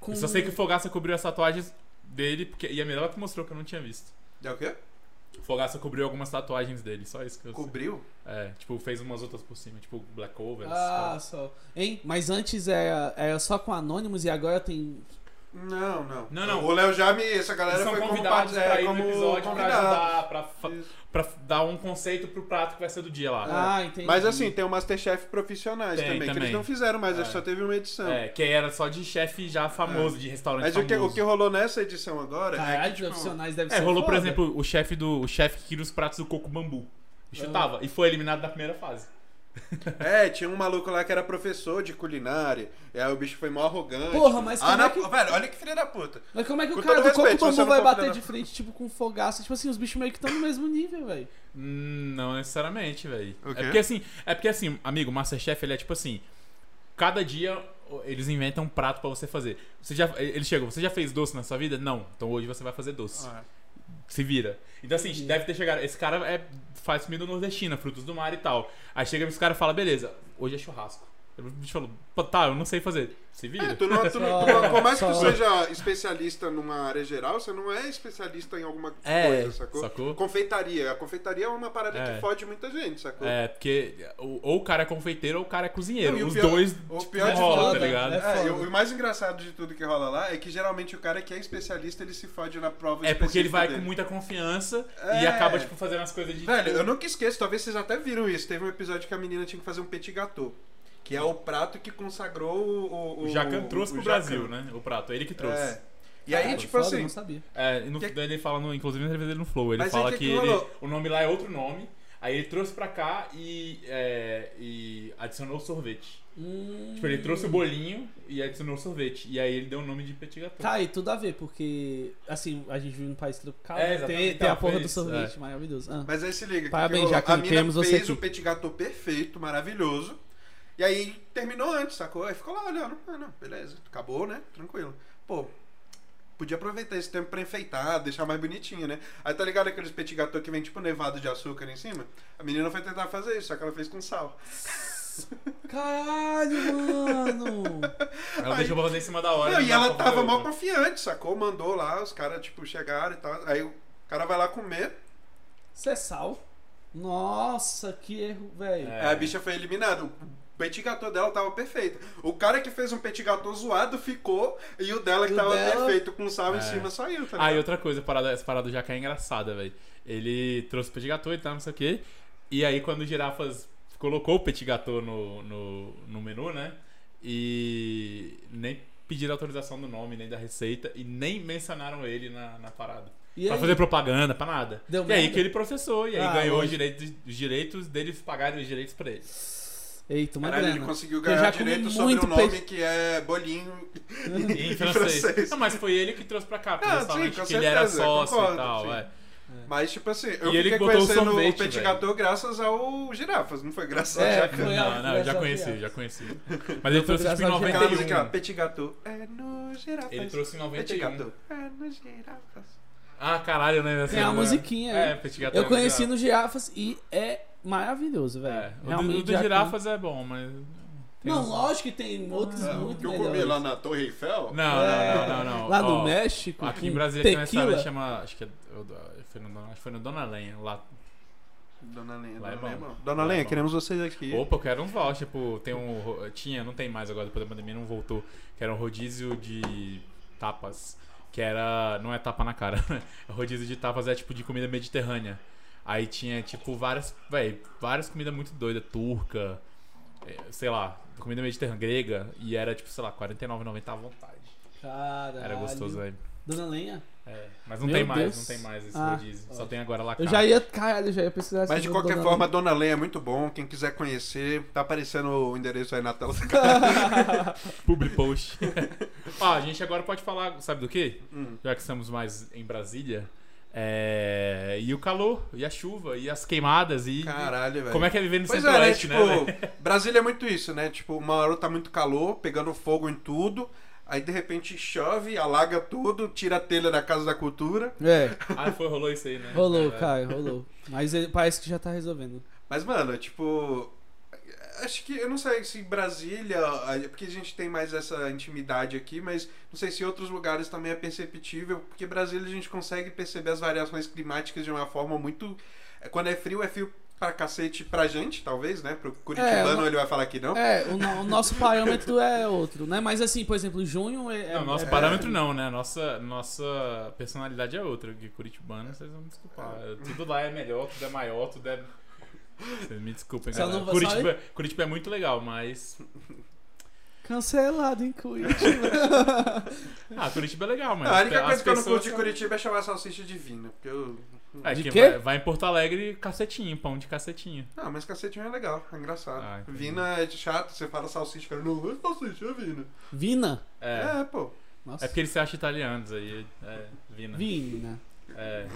Speaker 3: Com...
Speaker 2: Eu só sei que o Fogaça cobriu as tatuagens dele, porque, e a Mirella que mostrou que eu não tinha visto.
Speaker 1: É o quê?
Speaker 2: O Fogaça cobriu algumas tatuagens dele, só isso que eu sei.
Speaker 1: Cobriu?
Speaker 2: É, tipo, fez umas outras por cima, tipo Black Cover. essas
Speaker 3: Ah,
Speaker 2: coisas.
Speaker 3: só. Hein? Mas antes era, era só com Anonymous e agora tem...
Speaker 1: Não, não.
Speaker 2: Não, não.
Speaker 1: O Léo Jaime, essa galera
Speaker 2: Eles são
Speaker 1: foi como,
Speaker 2: convidados
Speaker 1: parte- é,
Speaker 2: pra ir
Speaker 1: como
Speaker 2: no episódio pra
Speaker 1: convidado.
Speaker 2: ajudar, pra, fa-
Speaker 1: Isso.
Speaker 2: pra dar um conceito pro prato que vai ser do dia lá.
Speaker 3: Ah, entendi.
Speaker 1: Mas assim, tem o Masterchef profissionais
Speaker 2: Tem,
Speaker 1: também, que eles
Speaker 2: também.
Speaker 1: não fizeram mais,
Speaker 2: É.
Speaker 1: só teve uma edição.
Speaker 2: É, que era só de chefe já famoso, de restaurante
Speaker 1: É. Mas o que,
Speaker 2: famoso.
Speaker 1: o que rolou nessa edição agora é
Speaker 3: Caralho,
Speaker 1: que,
Speaker 3: os
Speaker 1: tipo,
Speaker 3: profissionais devem
Speaker 2: É,
Speaker 3: ser
Speaker 2: rolou, por
Speaker 3: foda.
Speaker 2: exemplo, o chefe do. O chefe que tira os pratos do coco bambu.
Speaker 1: Ah.
Speaker 2: E Chutava. E foi eliminado da primeira fase.
Speaker 1: É, tinha um maluco lá que era professor de culinária. E aí o bicho foi mó arrogante.
Speaker 3: Porra, mas
Speaker 1: Ah,
Speaker 3: como é
Speaker 1: não,
Speaker 3: que-
Speaker 1: Velho, olha que filha da puta.
Speaker 3: Mas como é que
Speaker 1: Com
Speaker 3: o cara
Speaker 1: todo
Speaker 3: do Coco
Speaker 1: respeito, se você
Speaker 3: Bambu
Speaker 1: não tá
Speaker 3: vai
Speaker 1: for
Speaker 3: bater
Speaker 1: filha da-
Speaker 3: de frente, tipo, com fogaça? Tipo assim, os bichos meio que estão no mesmo nível, velho.
Speaker 2: Hum, Não necessariamente, velho.
Speaker 1: O quê?
Speaker 2: É porque assim, é porque assim, amigo, o Masterchef ele é tipo assim, cada dia o- eles inventam um prato pra você fazer. Você já ele chegou, você já fez doce na sua vida? Não. Então hoje você vai fazer doce.
Speaker 1: Ah,
Speaker 2: Se vira. Então assim, deve ter chegado, esse cara é faz comida nordestina, frutos do mar e tal. Aí chega esse cara e fala: "Beleza, hoje é churrasco". Aí O bicho falou: "Pô, "Tá, eu não sei fazer". Se vira.
Speaker 1: é, tu não, tu não- tu não- por mais que tu seja especialista numa área geral, você não é especialista em alguma
Speaker 2: É,
Speaker 1: coisa, sacou?
Speaker 2: sacou?
Speaker 1: Confeitaria. A confeitaria é uma parada que
Speaker 2: É.
Speaker 1: fode muita gente, sacou?
Speaker 2: É, porque ou, ou o cara é confeiteiro ou o cara é cozinheiro.
Speaker 1: Não, e o
Speaker 2: Os
Speaker 1: pior-
Speaker 2: dois
Speaker 1: o
Speaker 2: tipo,
Speaker 1: pior
Speaker 2: não
Speaker 1: de
Speaker 2: rola,
Speaker 3: foda,
Speaker 2: tá ligado?
Speaker 3: né?
Speaker 1: É,
Speaker 3: foda.
Speaker 1: e o, e o mais engraçado de tudo que rola lá é que geralmente o cara que é especialista ele se fode na prova
Speaker 2: É porque ele
Speaker 1: específica
Speaker 2: vai
Speaker 1: dele.
Speaker 2: com muita confiança
Speaker 1: É.
Speaker 2: e acaba, tipo, fazendo as coisas de. tipo,
Speaker 1: Velho, eu nunca esqueço, talvez vocês até viram isso. Teve um episódio que a menina tinha que fazer um petit gâteau. Que é o prato que consagrou o. O,
Speaker 2: O Jacan trouxe
Speaker 1: o
Speaker 2: pro
Speaker 1: Jacan.
Speaker 2: Brasil, né? O prato, ele que
Speaker 1: É.
Speaker 2: trouxe.
Speaker 1: E aí,
Speaker 3: Caralho,
Speaker 1: tipo
Speaker 3: foda,
Speaker 1: assim.
Speaker 3: Não sabia.
Speaker 2: É, e no,
Speaker 1: Que-
Speaker 2: daí ele fala, no, inclusive na entrevista dele no Flow, ele
Speaker 1: Mas aí
Speaker 2: fala
Speaker 1: que
Speaker 2: que,
Speaker 1: que
Speaker 2: ele-
Speaker 1: rolou?
Speaker 2: o nome lá é outro nome, aí ele trouxe pra cá e, é, e adicionou o sorvete.
Speaker 3: Hum.
Speaker 2: Tipo, ele trouxe o bolinho e adicionou o sorvete. E aí ele deu o nome de petit gâteau.
Speaker 3: Tá, e tudo a ver, porque, assim, a gente vive num país tropical,
Speaker 2: É,
Speaker 3: né? tem,
Speaker 2: exatamente,
Speaker 3: tem a
Speaker 2: tá,
Speaker 3: porra
Speaker 2: foi
Speaker 3: do
Speaker 2: isso,
Speaker 3: sorvete, maravilhoso. Ah.
Speaker 1: Mas aí se liga.
Speaker 3: Parabéns,
Speaker 1: que o-
Speaker 3: Jacan,
Speaker 1: A mina
Speaker 3: queremos você
Speaker 1: fez
Speaker 3: aqui.
Speaker 1: o petit gâteau perfeito, maravilhoso. E aí terminou antes, sacou? Aí ficou lá olhando. Ah, não, beleza. Acabou, né? Tranquilo. Pô, podia aproveitar esse tempo pra enfeitar, deixar mais bonitinho, né? Aí tá ligado aqueles petit gâteau que vem tipo nevado de açúcar em cima? A menina foi tentar fazer isso, só que ela fez com sal.
Speaker 3: Caralho, mano!
Speaker 2: Ela deixou pra fazer em cima da hora.
Speaker 1: Não, e
Speaker 2: dá
Speaker 1: ela
Speaker 2: pra fazer
Speaker 1: tava
Speaker 2: outra.
Speaker 1: mal confiante, sacou? Mandou lá, os caras, tipo, chegaram e tal. Aí o cara vai lá comer,
Speaker 3: Isso é sal? Nossa, que erro, velho.
Speaker 2: É.
Speaker 1: aí a bicha foi eliminada. O petit gâteau dela tava perfeito. O cara que fez um petit gâteau zoado ficou, e o dela que
Speaker 3: E o
Speaker 1: tava
Speaker 3: dela-
Speaker 1: perfeito com sal em
Speaker 2: É.
Speaker 1: cima saiu, tá
Speaker 2: Ah, e
Speaker 1: ligado?
Speaker 2: outra coisa, a parada, essa parada do Jacaré é engraçada, velho. Ele trouxe o petit gâteau e tal, não sei o quê. E aí, quando o Girafas colocou o petit gâteau no, no, no menu, né? E nem pediram autorização do nome, nem da receita, e nem mencionaram ele na, na parada.
Speaker 3: E é
Speaker 2: pra
Speaker 3: aí?
Speaker 2: fazer propaganda, pra nada.
Speaker 3: Deu
Speaker 2: e aí
Speaker 3: merda?
Speaker 2: que ele processou, e aí
Speaker 3: Ah,
Speaker 2: ganhou os
Speaker 3: lógico.
Speaker 2: direitos, os direitos deles pagarem os direitos pra ele.
Speaker 3: Eita, uma
Speaker 1: Caralho, ele
Speaker 3: grana.
Speaker 1: conseguiu
Speaker 3: Eu
Speaker 1: ganhar
Speaker 3: já comi
Speaker 1: direito sobre
Speaker 3: muito
Speaker 1: um nome
Speaker 3: peixe.
Speaker 1: que é bolinho.
Speaker 2: Em francês.
Speaker 1: francês.
Speaker 2: Não, mas foi ele que trouxe pra cá, pro
Speaker 1: Ah, sim,
Speaker 2: restaurante,
Speaker 1: com
Speaker 2: que ele era
Speaker 1: certeza,
Speaker 2: sócio
Speaker 1: concordo,
Speaker 2: e tal,
Speaker 1: sim.
Speaker 2: é.
Speaker 1: Mas, tipo assim, eu
Speaker 2: E ele
Speaker 1: fiquei
Speaker 2: botou o
Speaker 1: conhecendo
Speaker 2: sorvete,
Speaker 1: o petit
Speaker 2: velho.
Speaker 1: gâteau graças ao girafas, não foi graças
Speaker 3: É, assim,
Speaker 1: ao Jacan.
Speaker 2: Não,
Speaker 3: foi
Speaker 2: não, eu já
Speaker 3: Graças ao
Speaker 2: conheci,
Speaker 3: Diabo.
Speaker 2: já conheci. Mas ele trouxe
Speaker 3: graças
Speaker 2: tipo em
Speaker 3: ao Diabo.
Speaker 1: Carlos
Speaker 2: 91.
Speaker 1: aqui, ó, petit gâteau é no girafas.
Speaker 2: Ele trouxe em
Speaker 1: Petit
Speaker 2: 91.
Speaker 1: gâteau é no girafas.
Speaker 2: Ah, caralho, né?
Speaker 3: Tem a musiquinha,
Speaker 2: É,
Speaker 3: é.
Speaker 2: Petit Gâteau.
Speaker 3: Eu conheci no Girafas e é maravilhoso, velho.
Speaker 2: É, o do,
Speaker 3: Realmente
Speaker 2: o do
Speaker 3: já-
Speaker 2: Girafas é bom, mas... tem
Speaker 3: Não,
Speaker 2: uns-
Speaker 3: lógico que tem outros
Speaker 2: É,
Speaker 1: Ah, o
Speaker 3: muito
Speaker 1: que eu
Speaker 3: melhores.
Speaker 1: comi lá na Torre Eiffel?
Speaker 2: Não, não,
Speaker 3: É.
Speaker 2: não, não, não.
Speaker 3: Lá no
Speaker 2: Ó,
Speaker 3: México,
Speaker 2: Aqui em
Speaker 3: com
Speaker 2: Brasília tem um
Speaker 3: tequila.
Speaker 2: restaurante que chama... Acho que é... eu- eu- Foi no, Dona- acho que foi no Dona Lenha, lá.
Speaker 1: Dona Lenha,
Speaker 2: Lá é
Speaker 1: Dona Lenha,
Speaker 2: bom.
Speaker 1: é bom. Dona
Speaker 2: Lá é
Speaker 1: Lenha,
Speaker 2: bom.
Speaker 1: queremos vocês aqui.
Speaker 2: Opa, eu quero um voucher, tipo, tem um... ro- Tinha, não tem mais agora, depois da pandemia, não voltou. Que era um rodízio de tapas. Que era... Não é tapa na cara, né? Rodízio de tapas é, tipo, de comida mediterrânea. Aí tinha, tipo, várias, véi, várias comidas muito doidas, turca, eh, sei lá, comida mediterrânea, grega, e era, tipo, sei lá, R$49,90 à vontade.
Speaker 3: Caralho.
Speaker 2: Era gostoso, é. velho.
Speaker 3: Dona Lenha.
Speaker 2: É, mas não
Speaker 3: Meu
Speaker 2: tem mais,
Speaker 3: Deus.
Speaker 2: não tem mais esse
Speaker 3: Ah,
Speaker 2: rodízio. Só tem agora lá
Speaker 3: Eu
Speaker 2: cá.
Speaker 3: já ia, caralho, eu já ia pesquisar
Speaker 1: Mas
Speaker 3: sobre
Speaker 1: de
Speaker 3: o
Speaker 1: qualquer
Speaker 3: Dona
Speaker 1: forma, a Dona Lenha é muito bom. Quem quiser conhecer, tá aparecendo o endereço aí na tela.
Speaker 2: Public post. Ó, a gente agora pode falar, sabe do quê?
Speaker 1: Hum.
Speaker 2: Já que estamos mais em Brasília. É... E o calor, e a chuva, e as queimadas, e...
Speaker 1: Caralho, velho.
Speaker 2: Como é que é viver no
Speaker 1: Pois é, né?
Speaker 2: centro-oeste,
Speaker 1: Tipo,
Speaker 2: né? velho?
Speaker 1: Brasília é muito isso, né? Tipo, uma hora tá muito calor, pegando fogo em tudo. Aí de repente chove, alaga tudo, tira a telha da Casa da Cultura.
Speaker 3: Lenha. É,
Speaker 2: Ah, foi, rolou isso aí, né?
Speaker 3: rolou,
Speaker 2: É,
Speaker 3: cara, rolou. Mas ele, parece que já tá resolvendo.
Speaker 1: Mas, mano, tipo. Acho que. Eu não sei se Brasília. é Porque a gente tem mais essa intimidade aqui, mas não sei se em outros lugares também é perceptível. Porque Brasília a gente consegue perceber as variações climáticas de uma forma muito. é, Quando é frio, é frio pra cacete pra gente, talvez, né? Pro Curitibano
Speaker 3: É, não-
Speaker 1: ele vai falar que não.
Speaker 3: É, o, no- o nosso parâmetro é outro, né? Mas assim, por exemplo, junho é.
Speaker 2: Não,
Speaker 3: é-
Speaker 2: nosso
Speaker 3: é-
Speaker 2: parâmetro não, né? Nossa, nossa personalidade é outra. Que curitibano, vocês vão me desculpar.
Speaker 1: Ah.
Speaker 2: Tudo lá é melhor, tudo é maior, tudo é. Vocês me desculpem,
Speaker 3: Só
Speaker 2: galera.
Speaker 3: não vou-
Speaker 2: Curitiba, Curitiba é muito legal, mas.
Speaker 3: Cancelado em Curitiba.
Speaker 2: Ah, Curitiba é legal, mas.
Speaker 1: Ah, a única coisa
Speaker 2: as
Speaker 1: que eu não
Speaker 2: pessoas
Speaker 1: curto de
Speaker 2: são-
Speaker 1: Curitiba é chamar salsicha divina. Porque eu.
Speaker 2: É,
Speaker 3: De
Speaker 2: que
Speaker 3: quê?
Speaker 2: Vai, vai em Porto Alegre, cacetinho, pão de cacetinho.
Speaker 1: Ah, mas cacetinho é legal, é engraçado.
Speaker 2: Ah, entendi.
Speaker 1: vina é chato, você fala salsicha, cara, não, é salsicha, é vina.
Speaker 3: Vina?
Speaker 2: É.
Speaker 1: É, pô.
Speaker 3: Nossa.
Speaker 2: É porque eles se acham italianos aí. É, Vina.
Speaker 3: Vina.
Speaker 2: É.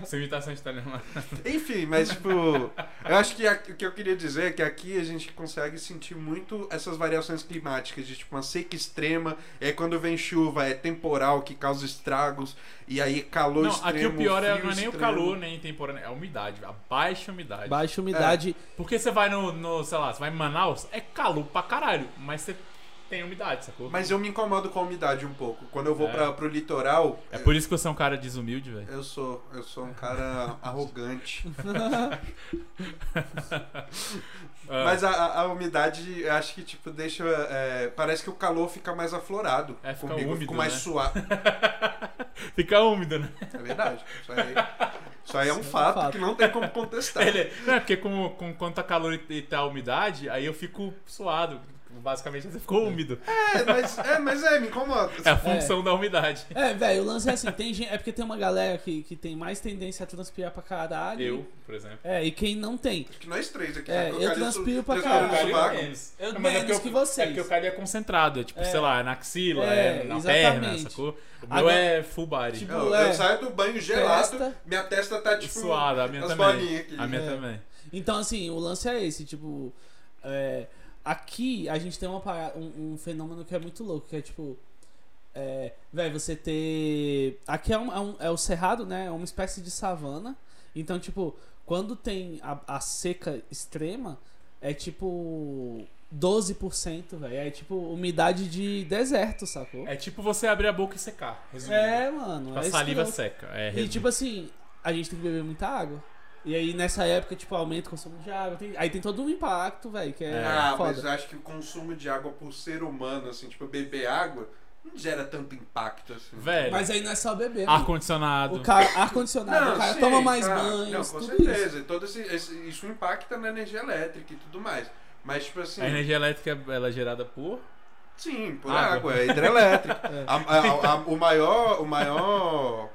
Speaker 2: Essa imitação de italiano. é
Speaker 1: Enfim, mas tipo, eu acho que a- o que eu queria dizer é que aqui a gente consegue sentir muito essas variações climáticas, de tipo uma seca extrema, é quando vem chuva, é temporal que causa estragos, e aí calor
Speaker 2: Não,
Speaker 1: extremo.
Speaker 2: aqui o pior é, não é nem
Speaker 1: frio
Speaker 2: o
Speaker 1: extremo.
Speaker 2: calor, nem temporada, é a umidade, a baixa umidade.
Speaker 3: Baixa umidade.
Speaker 2: Porque você vai no, no, sei lá, você vai em Manaus, é calor pra caralho, mas você tem umidade, sacou?
Speaker 1: Mas eu me incomodo com a umidade um pouco. Quando eu vou
Speaker 2: É.
Speaker 1: pra, pro litoral,
Speaker 2: É por isso que você é um cara desumilde, velho.
Speaker 1: eu sou, eu sou um cara arrogante.
Speaker 2: Ah,
Speaker 1: Mas a, a- a umidade, eu acho que, tipo, deixa. é, parece que o calor fica mais aflorado
Speaker 2: É, fica
Speaker 1: comigo, eu
Speaker 2: úmido,
Speaker 1: fico mais
Speaker 2: né?
Speaker 1: suado.
Speaker 2: Fica úmido, né?
Speaker 1: É verdade. Isso aí. Isso aí é um
Speaker 3: Isso é um
Speaker 1: fato,
Speaker 3: fato.
Speaker 1: que não tem como contestar.
Speaker 2: Ele- não, é porque com, com quanta calor e- e tal umidade, aí eu fico suado. Basicamente, você ficou úmido.
Speaker 1: É, mas é, mas é, me incomoda.
Speaker 2: É a função da umidade.
Speaker 3: É, velho, o lance é assim, tem gente, é porque tem uma galera que, que tem mais tendência a transpirar pra caralho.
Speaker 2: Eu, por exemplo.
Speaker 3: É, e quem não tem.
Speaker 1: Que nós três aqui.
Speaker 3: É,
Speaker 1: que
Speaker 3: eu
Speaker 1: caí no-
Speaker 3: transpiro pra
Speaker 2: Eu
Speaker 1: transpiro no
Speaker 3: caralho. É.
Speaker 2: caio
Speaker 1: sovaco.
Speaker 2: menos.
Speaker 3: Eu
Speaker 2: Mas
Speaker 3: menos
Speaker 2: porque
Speaker 3: que vocês.
Speaker 2: É porque eu caio concentrado. É tipo,
Speaker 3: É.
Speaker 2: sei lá, é na axila, é,
Speaker 3: É,
Speaker 2: na
Speaker 3: exatamente.
Speaker 2: perna, sacou? O meu
Speaker 3: Agora-
Speaker 2: é full body.
Speaker 3: Tipo,
Speaker 1: Eu,
Speaker 3: É.
Speaker 1: eu saio do banho gelado,
Speaker 3: Testa.
Speaker 1: minha testa tá tipo.
Speaker 2: suada, a minha
Speaker 1: as
Speaker 2: também.
Speaker 1: bolinhas aqui.
Speaker 2: A minha
Speaker 3: É.
Speaker 2: também.
Speaker 3: Então, assim, o lance é esse, tipo. é, aqui a gente tem uma parada- um, um fenômeno que é muito louco, que é tipo. É, véi, você ter. Aqui é, um- é um- é o cerrado, né? É uma espécie de savana. Então, tipo, quando tem a, a seca extrema, é tipo. 12%, velho. É tipo umidade de deserto, sacou?
Speaker 2: É tipo você abrir a boca e secar, resumindo.
Speaker 3: É, mano.
Speaker 2: Tipo, a
Speaker 3: é isso que
Speaker 2: saliva
Speaker 3: eu-
Speaker 2: seca. É,
Speaker 3: E
Speaker 2: resumo.
Speaker 3: tipo assim, a gente tem que beber muita água. E aí nessa época, tipo, aumenta o consumo de água. tem- Aí tem todo um impacto, velho, que é,
Speaker 1: Ah, mas
Speaker 3: foda.
Speaker 1: eu acho que o consumo de água por ser humano, assim, tipo, beber água, não gera tanto impacto assim.
Speaker 2: Velho,
Speaker 3: Mas aí não é só beber. mano.
Speaker 2: ar-condicionado.
Speaker 3: O cara, ar-condicionado, o cara
Speaker 1: sim,
Speaker 3: toma mais
Speaker 1: tá. Não,
Speaker 3: banhos,
Speaker 1: com
Speaker 3: tudo isso.
Speaker 1: certeza. E Todo esse, esse- isso impacta na energia elétrica e tudo mais. Mas, tipo assim,
Speaker 2: A energia elétrica ela é gerada por.
Speaker 1: sim, por
Speaker 2: Água.
Speaker 1: água, é hidrelétrica.
Speaker 3: É.
Speaker 1: A- a- a- o maior. O maior.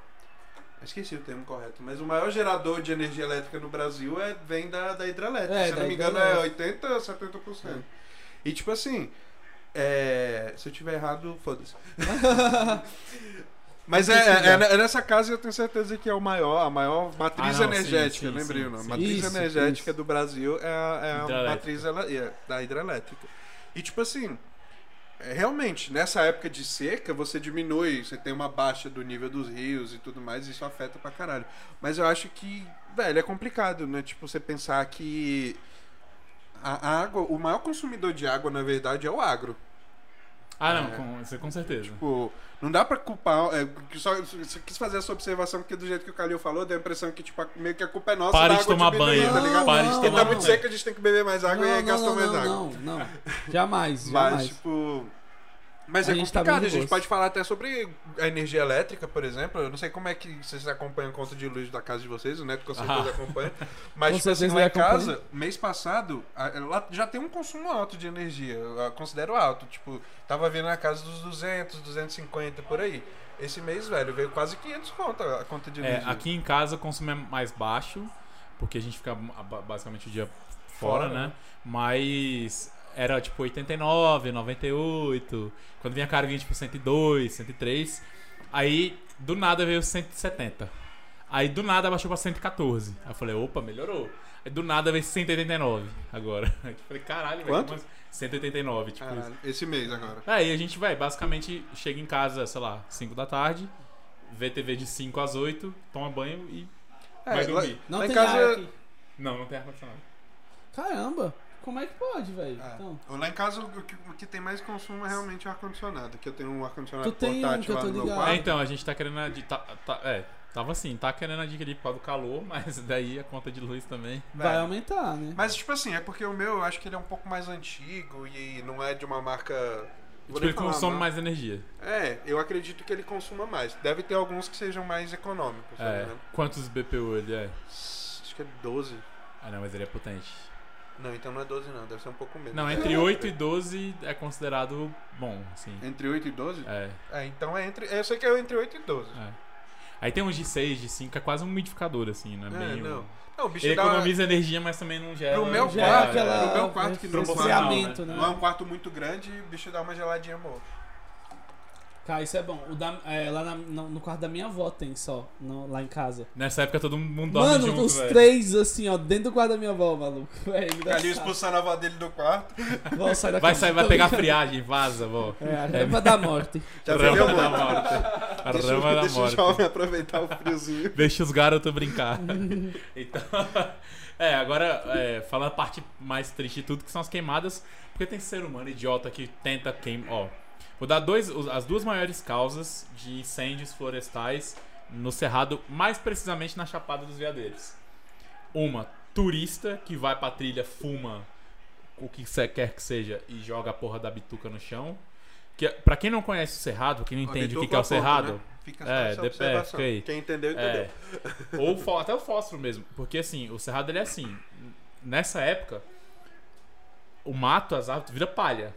Speaker 1: Esqueci o termo correto, mas o maior gerador de energia elétrica no Brasil é, vem da, da hidrelétrica.
Speaker 3: É,
Speaker 1: Se eu
Speaker 3: da
Speaker 1: não me engano, é
Speaker 3: hidrelétrica.
Speaker 1: 80%, 70%. E tipo assim, é, se eu tiver errado, foda-se. Mas é, é, é nessa casa eu tenho certeza que é o maior, a maior matriz
Speaker 2: Ah, não, sim,
Speaker 1: energética,
Speaker 2: sim,
Speaker 1: lembrei
Speaker 2: sim,
Speaker 1: o nome.
Speaker 2: sim.
Speaker 1: matriz
Speaker 3: Isso,
Speaker 1: energética
Speaker 3: isso.
Speaker 1: do Brasil é a, é a
Speaker 2: Hidrelétrica.
Speaker 1: matriz ele- é, da hidrelétrica. E tipo assim, é, realmente, nessa época de seca, você diminui, você tem uma baixa do nível dos rios e tudo mais, isso afeta pra caralho. Mas eu acho que, velho, é complicado, né? Tipo, você pensar que a a água, o maior consumidor de água, na verdade, é o agro.
Speaker 2: Ah, não,
Speaker 1: É.
Speaker 2: com, isso é com certeza.
Speaker 1: Tipo, não dá pra culpar. É, que só, só quis fazer essa observação porque do jeito que o Calil falou, deu a impressão que tipo, a- meio que a culpa é nossa.
Speaker 2: Para
Speaker 1: da
Speaker 2: de
Speaker 1: água
Speaker 2: tomar
Speaker 1: diminuir,
Speaker 2: banho.
Speaker 1: Tá ligado?
Speaker 2: Para de
Speaker 3: Não,
Speaker 1: Porque
Speaker 2: tomar
Speaker 1: tá
Speaker 3: não,
Speaker 1: muito
Speaker 2: banho.
Speaker 1: seca, a gente tem que beber mais água e aí gastou
Speaker 3: não,
Speaker 1: mais
Speaker 3: não,
Speaker 1: água.
Speaker 3: não, não, Jamais,
Speaker 1: Mas,
Speaker 3: jamais.
Speaker 1: tipo. Mas
Speaker 3: A
Speaker 1: é
Speaker 3: gente tá
Speaker 1: complicado,
Speaker 3: bem
Speaker 1: a gente
Speaker 3: nervoso.
Speaker 1: pode falar até sobre a energia elétrica, por exemplo. Eu não sei como é que vocês acompanham o conto de luz da casa de vocês, o Neto com certeza
Speaker 2: Ah.
Speaker 1: acompanha. Mas,
Speaker 3: Com
Speaker 1: tipo assim,
Speaker 3: certeza
Speaker 1: lá em
Speaker 3: ele acompanha.
Speaker 1: casa, mês passado, a- ela já tem um consumo alto de energia. Eu a considero alto. Tipo, tava vindo na casa dos 200, 250 por aí. Esse mês, velho, veio quase 500 conta a conta de
Speaker 2: É,
Speaker 1: energia.
Speaker 2: aqui em casa o consumo é mais baixo, porque a gente fica a- ba- basicamente o dia fora,
Speaker 1: Fora,
Speaker 2: né?
Speaker 1: né?
Speaker 2: Mas era tipo 89, 98. Quando vinha cara vinha tipo 102, 103. Aí do nada veio 170. Aí do nada baixou pra 114. Aí eu falei, opa, melhorou. Aí do nada veio 189 agora. Aí eu falei, caralho, velho.
Speaker 1: Quanto?
Speaker 2: como assim? 189, tipo isso.
Speaker 1: Caralho, É, esse mês agora.
Speaker 2: Aí É, a gente vai, basicamente, chega em casa, sei lá, 5 da tarde, vê TV de 5 às 8, toma banho e vai
Speaker 1: É, lá,
Speaker 2: dormir.
Speaker 3: não
Speaker 1: lá em
Speaker 3: tem
Speaker 1: casa.
Speaker 3: ar aqui.
Speaker 2: Não, não tem ar-condicionado.
Speaker 3: Caramba, como é que pode, velho?
Speaker 1: Ah,
Speaker 3: Então,
Speaker 1: Lá em casa, o que, o que tem mais consumo é realmente o ar-condicionado. Que eu tenho um ar-condicionado
Speaker 3: Tu tem um
Speaker 1: portátil
Speaker 3: que eu
Speaker 1: lá
Speaker 3: tô
Speaker 1: no meu
Speaker 3: ligado.
Speaker 1: quarto.
Speaker 2: É, então, a gente tá querendo. adi- Tá, tá- é, tava assim, tá querendo adquirir por causa do calor, mas daí a conta de luz também.
Speaker 3: vai
Speaker 1: Vai.
Speaker 3: aumentar, né?
Speaker 1: Mas, tipo assim, é porque o meu, eu acho que ele é um pouco mais antigo e não é de uma marca. vou
Speaker 2: Tipo,
Speaker 1: nem
Speaker 2: ele
Speaker 1: falar né?
Speaker 2: consome
Speaker 1: a
Speaker 2: mais energia.
Speaker 1: marca. É, eu acredito que ele consuma mais. Deve ter alguns que sejam mais econômicos, tá
Speaker 2: É.
Speaker 1: ligado?
Speaker 2: Quantos BPU ele é?
Speaker 1: Acho que é 12.
Speaker 2: Ah, não, mas ele é potente.
Speaker 1: Não, então não é 12, não. Deve ser um pouco menos.
Speaker 2: Não, entre 8 e 12 é considerado bom, assim.
Speaker 1: Entre 8 e 12?
Speaker 2: É,
Speaker 1: É, então é entre. Eu sei que é entre 8 e 12.
Speaker 2: é. Aí tem uns de 6, de 5, é quase um umidificador, assim, não é,
Speaker 1: É,
Speaker 2: meio.
Speaker 1: não. Não, o bicho
Speaker 2: Ele
Speaker 1: dá.
Speaker 2: economiza energia, mas também não gera.
Speaker 1: Pro meu
Speaker 2: não
Speaker 3: é
Speaker 2: gera-
Speaker 1: é quarto, pro meu quarto que não
Speaker 2: é
Speaker 3: esfriamento,
Speaker 2: normal,
Speaker 3: né?
Speaker 1: Não é um quarto muito grande e o bicho dá uma geladinha boa.
Speaker 3: Cara, isso é bom. O da- é, lá na- no, no quarto da minha avó tem só, no- lá em casa.
Speaker 2: Nessa época todo mundo dorme
Speaker 3: Mano,
Speaker 2: junto,
Speaker 3: os
Speaker 2: velho.
Speaker 3: três assim, ó, dentro do quarto da minha avó, maluco. Véi, me dá
Speaker 1: Calil
Speaker 3: saco.
Speaker 1: expulsando a avó dele do quarto.
Speaker 3: Vó, sai da
Speaker 2: Vai
Speaker 3: cama.
Speaker 2: sair,
Speaker 1: Tá
Speaker 2: vai pegar friagem, vaza, vó.
Speaker 3: É, é pra dar morte.
Speaker 1: Já
Speaker 2: Rama
Speaker 1: perdeu,
Speaker 2: da
Speaker 1: Tá mano.
Speaker 2: morte. A
Speaker 1: Deixa,
Speaker 2: rama da
Speaker 1: deixa o
Speaker 2: morte.
Speaker 1: jovem aproveitar o friozinho.
Speaker 2: Deixa os garotos brincar. então, é, agora, é, falando a parte mais triste de tudo, que são as queimadas. Porque tem ser humano idiota que tenta queimar. Ó, vou dar dois, os- as duas maiores causas de incêndios florestais no Cerrado, mais precisamente na Chapada dos Veadeiros. Uma, turista que vai pra trilha, fuma o que se- quer que seja e joga a porra da bituca no chão. Que, pra quem não conhece o Cerrado, quem não
Speaker 1: A
Speaker 2: entende o
Speaker 1: bituca
Speaker 2: que, que
Speaker 1: é
Speaker 2: é o
Speaker 1: a ponta,
Speaker 2: Cerrado,
Speaker 1: né? Fica só
Speaker 2: É,
Speaker 1: essa
Speaker 2: depende,
Speaker 1: observação.
Speaker 2: fica aí.
Speaker 1: Quem entendeu, entendeu.
Speaker 2: É. Ou o fó- até o fósforo mesmo. Porque assim, o cerrado ele é assim. Nessa época, o mato, as árvores, vira palha.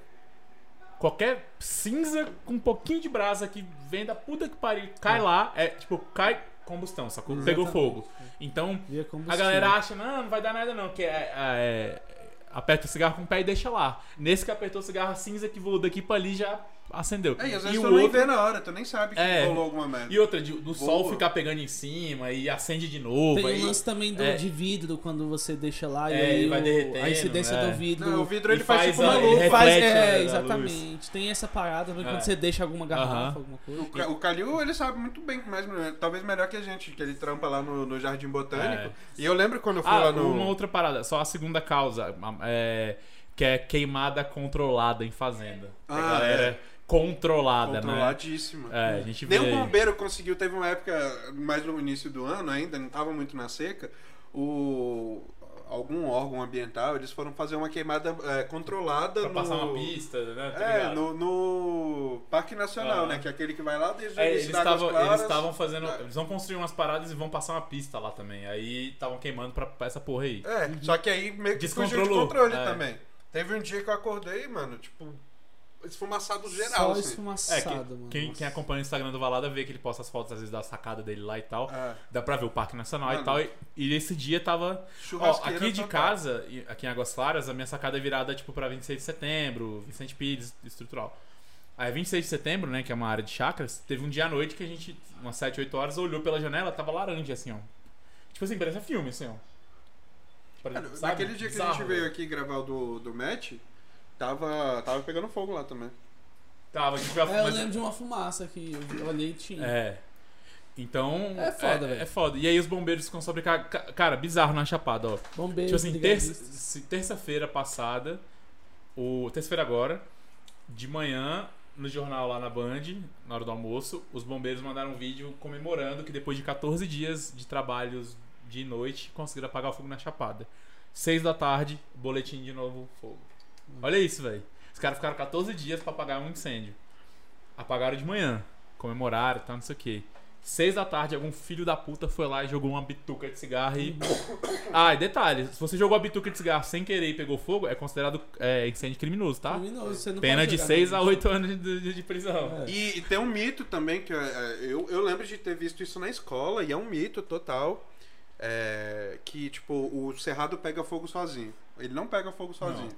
Speaker 2: Qualquer cinza com um pouquinho de brasa que vem da puta que pariu, cai lá, é tipo, cai combustão, sacou? Pegou
Speaker 3: Exatamente.
Speaker 2: fogo. Então,
Speaker 3: Via combustível.
Speaker 2: a galera acha, não, não vai dar nada não, que é, é- aperta o cigarro com o pé e deixa lá. Nesse que apertou o cigarro, a cinza que voou daqui pra ali já acendeu.
Speaker 1: É, e às
Speaker 2: E
Speaker 1: vezes
Speaker 2: o
Speaker 1: tu nem
Speaker 2: outro-
Speaker 1: vê na hora, tu nem sabe que
Speaker 2: É.
Speaker 1: rolou alguma merda.
Speaker 2: E outra, de- do sol
Speaker 1: Boa.
Speaker 2: ficar pegando em cima e acende de novo.
Speaker 3: Tem
Speaker 2: aí-
Speaker 3: um lance também do,
Speaker 2: é.
Speaker 3: de vidro quando você deixa lá e
Speaker 2: É,
Speaker 3: aí
Speaker 2: ele vai
Speaker 3: o-
Speaker 2: derretendo,
Speaker 3: a incidência
Speaker 2: é.
Speaker 3: do vidro.
Speaker 1: Não, o vidro ele
Speaker 2: E
Speaker 1: faz,
Speaker 2: faz
Speaker 1: tipo
Speaker 2: a-
Speaker 1: uma luva.
Speaker 2: é ele
Speaker 3: faz,
Speaker 2: reflete, né,
Speaker 3: é,
Speaker 2: da
Speaker 3: exatamente. Tem essa parada também quando
Speaker 2: É.
Speaker 3: você deixa alguma garrafa,
Speaker 2: Aham.
Speaker 3: alguma coisa.
Speaker 1: O Ca- O Calil, ele sabe muito bem, mas é, talvez melhor que a gente, que ele trampa lá no, no Jardim Botânico.
Speaker 2: É.
Speaker 1: E eu lembro quando eu fui
Speaker 2: Ah,
Speaker 1: lá no.
Speaker 2: uma outra parada, só a segunda causa, a- é, que é queimada controlada em fazenda.
Speaker 1: Ah,
Speaker 2: a galera
Speaker 1: é.
Speaker 2: controlada, né?
Speaker 1: Controladíssima.
Speaker 2: É, a gente vê.
Speaker 1: Nem o bombeiro conseguiu, teve uma época, mais no início do ano ainda, não tava muito na seca, o algum órgão ambiental, eles foram fazer uma queimada é, controlada
Speaker 2: pra
Speaker 1: no...
Speaker 2: passar uma pista, né? Tá
Speaker 1: É,
Speaker 2: ligado?
Speaker 1: no, no Parque Nacional,
Speaker 2: Ah.
Speaker 1: né? Que é aquele que vai lá desde o
Speaker 2: É,
Speaker 1: início
Speaker 2: eles
Speaker 1: da Águas
Speaker 2: estavam
Speaker 1: Claras.
Speaker 2: eles estavam fazendo.
Speaker 1: É.
Speaker 2: Eles vão construir umas paradas e vão passar uma pista lá também. Aí estavam queimando pra, pra essa porra aí.
Speaker 1: É, só que aí meio que fugiu de
Speaker 2: Descontrolou.
Speaker 1: controle
Speaker 2: É.
Speaker 1: também. Teve um dia que eu acordei, mano, tipo, esfumaçado
Speaker 3: Só
Speaker 1: geral, assim.
Speaker 2: É,
Speaker 3: esfumaçado,
Speaker 2: quem,
Speaker 3: mano.
Speaker 2: quem,
Speaker 3: Nossa.
Speaker 2: quem acompanha o Instagram do Valada vê que ele posta as fotos às vezes da sacada dele lá e tal.
Speaker 1: É,
Speaker 2: Dá pra ver o Parque Nacional
Speaker 1: Mano.
Speaker 2: e tal. E, e esse dia tava. Ó,
Speaker 1: churrasqueira
Speaker 2: aqui de
Speaker 1: total.
Speaker 2: casa, e- aqui em Águas Claras, a minha sacada é virada tipo pra 26 de setembro, Vicente Pires, estrutural. Aí 26 de setembro, né, que é uma área de chácaras, teve um dia à noite que a gente, umas 7, 8 horas, olhou pela janela, tava laranja assim, ó. Tipo assim, parece filme, assim, ó. Pare-
Speaker 1: Cara,
Speaker 2: sabe?
Speaker 1: naquele dia que a
Speaker 2: Bizarro,
Speaker 1: gente veio
Speaker 2: velho.
Speaker 1: aqui gravar o do, do match, tava, tava pegando fogo lá também.
Speaker 2: Tava, a gente veio a
Speaker 3: É, eu
Speaker 2: mas-
Speaker 3: lembro de uma fumaça que eu vi- olhei e tinha.
Speaker 2: É. Então.
Speaker 3: É foda,
Speaker 2: é,
Speaker 3: velho.
Speaker 2: é foda. E aí os bombeiros ficam sobrecarregados. Ca- Cara, bizarro na chapada, ó.
Speaker 3: Bombeiro.
Speaker 2: Tipo assim, terça-
Speaker 3: brigadista.
Speaker 2: se- terça-feira passada, o terça-feira agora, de manhã, no jornal lá na Band, na hora do almoço, os bombeiros mandaram um vídeo comemorando que depois de 14 dias de trabalhos de noite, conseguiram apagar o fogo na Chapada. Seis da tarde, boletim de novo fogo. Olha isso, velho. Os caras ficaram 14 dias pra apagar um incêndio. Apagaram de manhã, comemoraram, tá, não sei o quê. Seis da tarde, algum filho da puta foi lá e jogou uma bituca de cigarro e ah, e detalhe, se você jogou a bituca de cigarro sem querer e pegou fogo, é considerado é, incêndio criminoso, tá?
Speaker 3: Criminoso, você não
Speaker 2: Pena
Speaker 3: pode
Speaker 2: de
Speaker 3: jogar,
Speaker 2: 6 a
Speaker 3: né?
Speaker 2: 8 anos de, de- de prisão.
Speaker 3: É.
Speaker 1: E, e tem um mito também, que é, é, eu, eu lembro de ter visto isso na escola, e é um mito total. é, que, tipo, o cerrado pega fogo sozinho. Ele não pega fogo sozinho.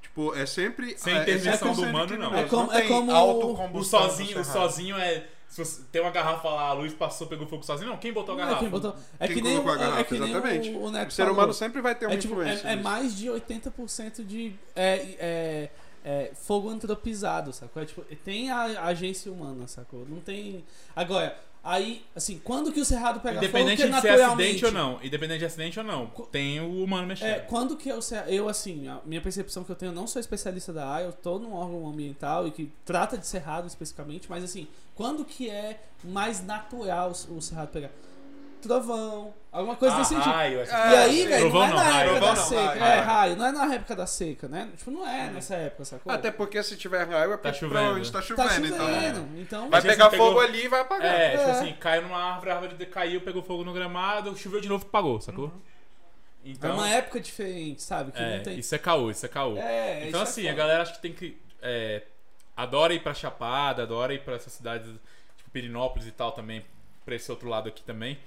Speaker 1: Tipo, é sempre.
Speaker 2: Sem
Speaker 1: é- é sempre
Speaker 2: intervenção do
Speaker 1: incêndio
Speaker 2: humano, não.
Speaker 1: criminoso.
Speaker 3: É como- é
Speaker 1: tem
Speaker 3: como o-
Speaker 2: O
Speaker 1: autocombustão do
Speaker 2: sozinho, o
Speaker 1: cerrado.
Speaker 2: sozinho é. Se você tem uma garrafa lá, a luz passou, pegou fogo sozinho. Não, quem botou a
Speaker 3: Não é
Speaker 2: garrafa?
Speaker 3: quem botou- é
Speaker 1: Quem
Speaker 3: que nem,
Speaker 1: colocou a
Speaker 3: o- é
Speaker 1: garrafa,
Speaker 3: que nem
Speaker 1: exatamente.
Speaker 3: o, o Neto
Speaker 1: É, O ser
Speaker 3: falou.
Speaker 1: humano sempre vai ter uma
Speaker 3: é, tipo,
Speaker 1: influência.
Speaker 3: é, é
Speaker 1: nisso.
Speaker 3: mais de 80% de é, é, é, fogo antropizado, sacou? É, tipo, tem a agência humana, sacou? Não tem. Agora, aí, assim, quando que o cerrado pega
Speaker 2: Independente
Speaker 3: fogo?
Speaker 2: de
Speaker 3: Porque
Speaker 2: ser
Speaker 3: naturalmente-
Speaker 2: acidente ou não. Independente de acidente ou não. Tem o humano mexendo.
Speaker 3: É, quando que eu, eu assim, a minha percepção que eu tenho, eu não sou especialista da área, eu tô num órgão ambiental e que trata de cerrado especificamente, mas assim, quando que é mais natural o o cerrado pegar? Trovão, alguma coisa
Speaker 2: Ah,
Speaker 3: desse tipo.
Speaker 2: raio, essas
Speaker 1: É,
Speaker 3: E
Speaker 2: coisas.
Speaker 3: aí, velho, não
Speaker 2: Trovão
Speaker 3: é na
Speaker 2: raio.
Speaker 3: época
Speaker 1: Trovão
Speaker 3: da
Speaker 1: não,
Speaker 3: seca.
Speaker 1: raio.
Speaker 3: É, raio, não é na época da seca, né? Tipo, não é nessa época, sacou?
Speaker 1: Até porque se tiver raio é porque
Speaker 2: chovendo.
Speaker 1: provavelmente tá chovendo.
Speaker 3: tá chovendo,
Speaker 1: então,
Speaker 3: então...
Speaker 1: Vai
Speaker 2: Mas
Speaker 1: pegar
Speaker 2: esse pegou-
Speaker 1: fogo ali e vai apagar.
Speaker 2: É, tipo
Speaker 3: É.
Speaker 2: assim, caiu numa árvore, a árvore caiu, pegou fogo no gramado, choveu de novo e pagou, sacou?
Speaker 3: É
Speaker 2: Então,
Speaker 3: uma época diferente, sabe? Que
Speaker 2: é,
Speaker 3: não tem...
Speaker 2: isso é caô, isso é caô.
Speaker 3: É,
Speaker 2: Então,
Speaker 3: isso é
Speaker 2: assim, a
Speaker 3: foda.
Speaker 2: galera acho que tem que. É, adora ir pra Chapada, adora ir pra essas cidades, tipo Pirinópolis e tal também, pra esse outro lado aqui também.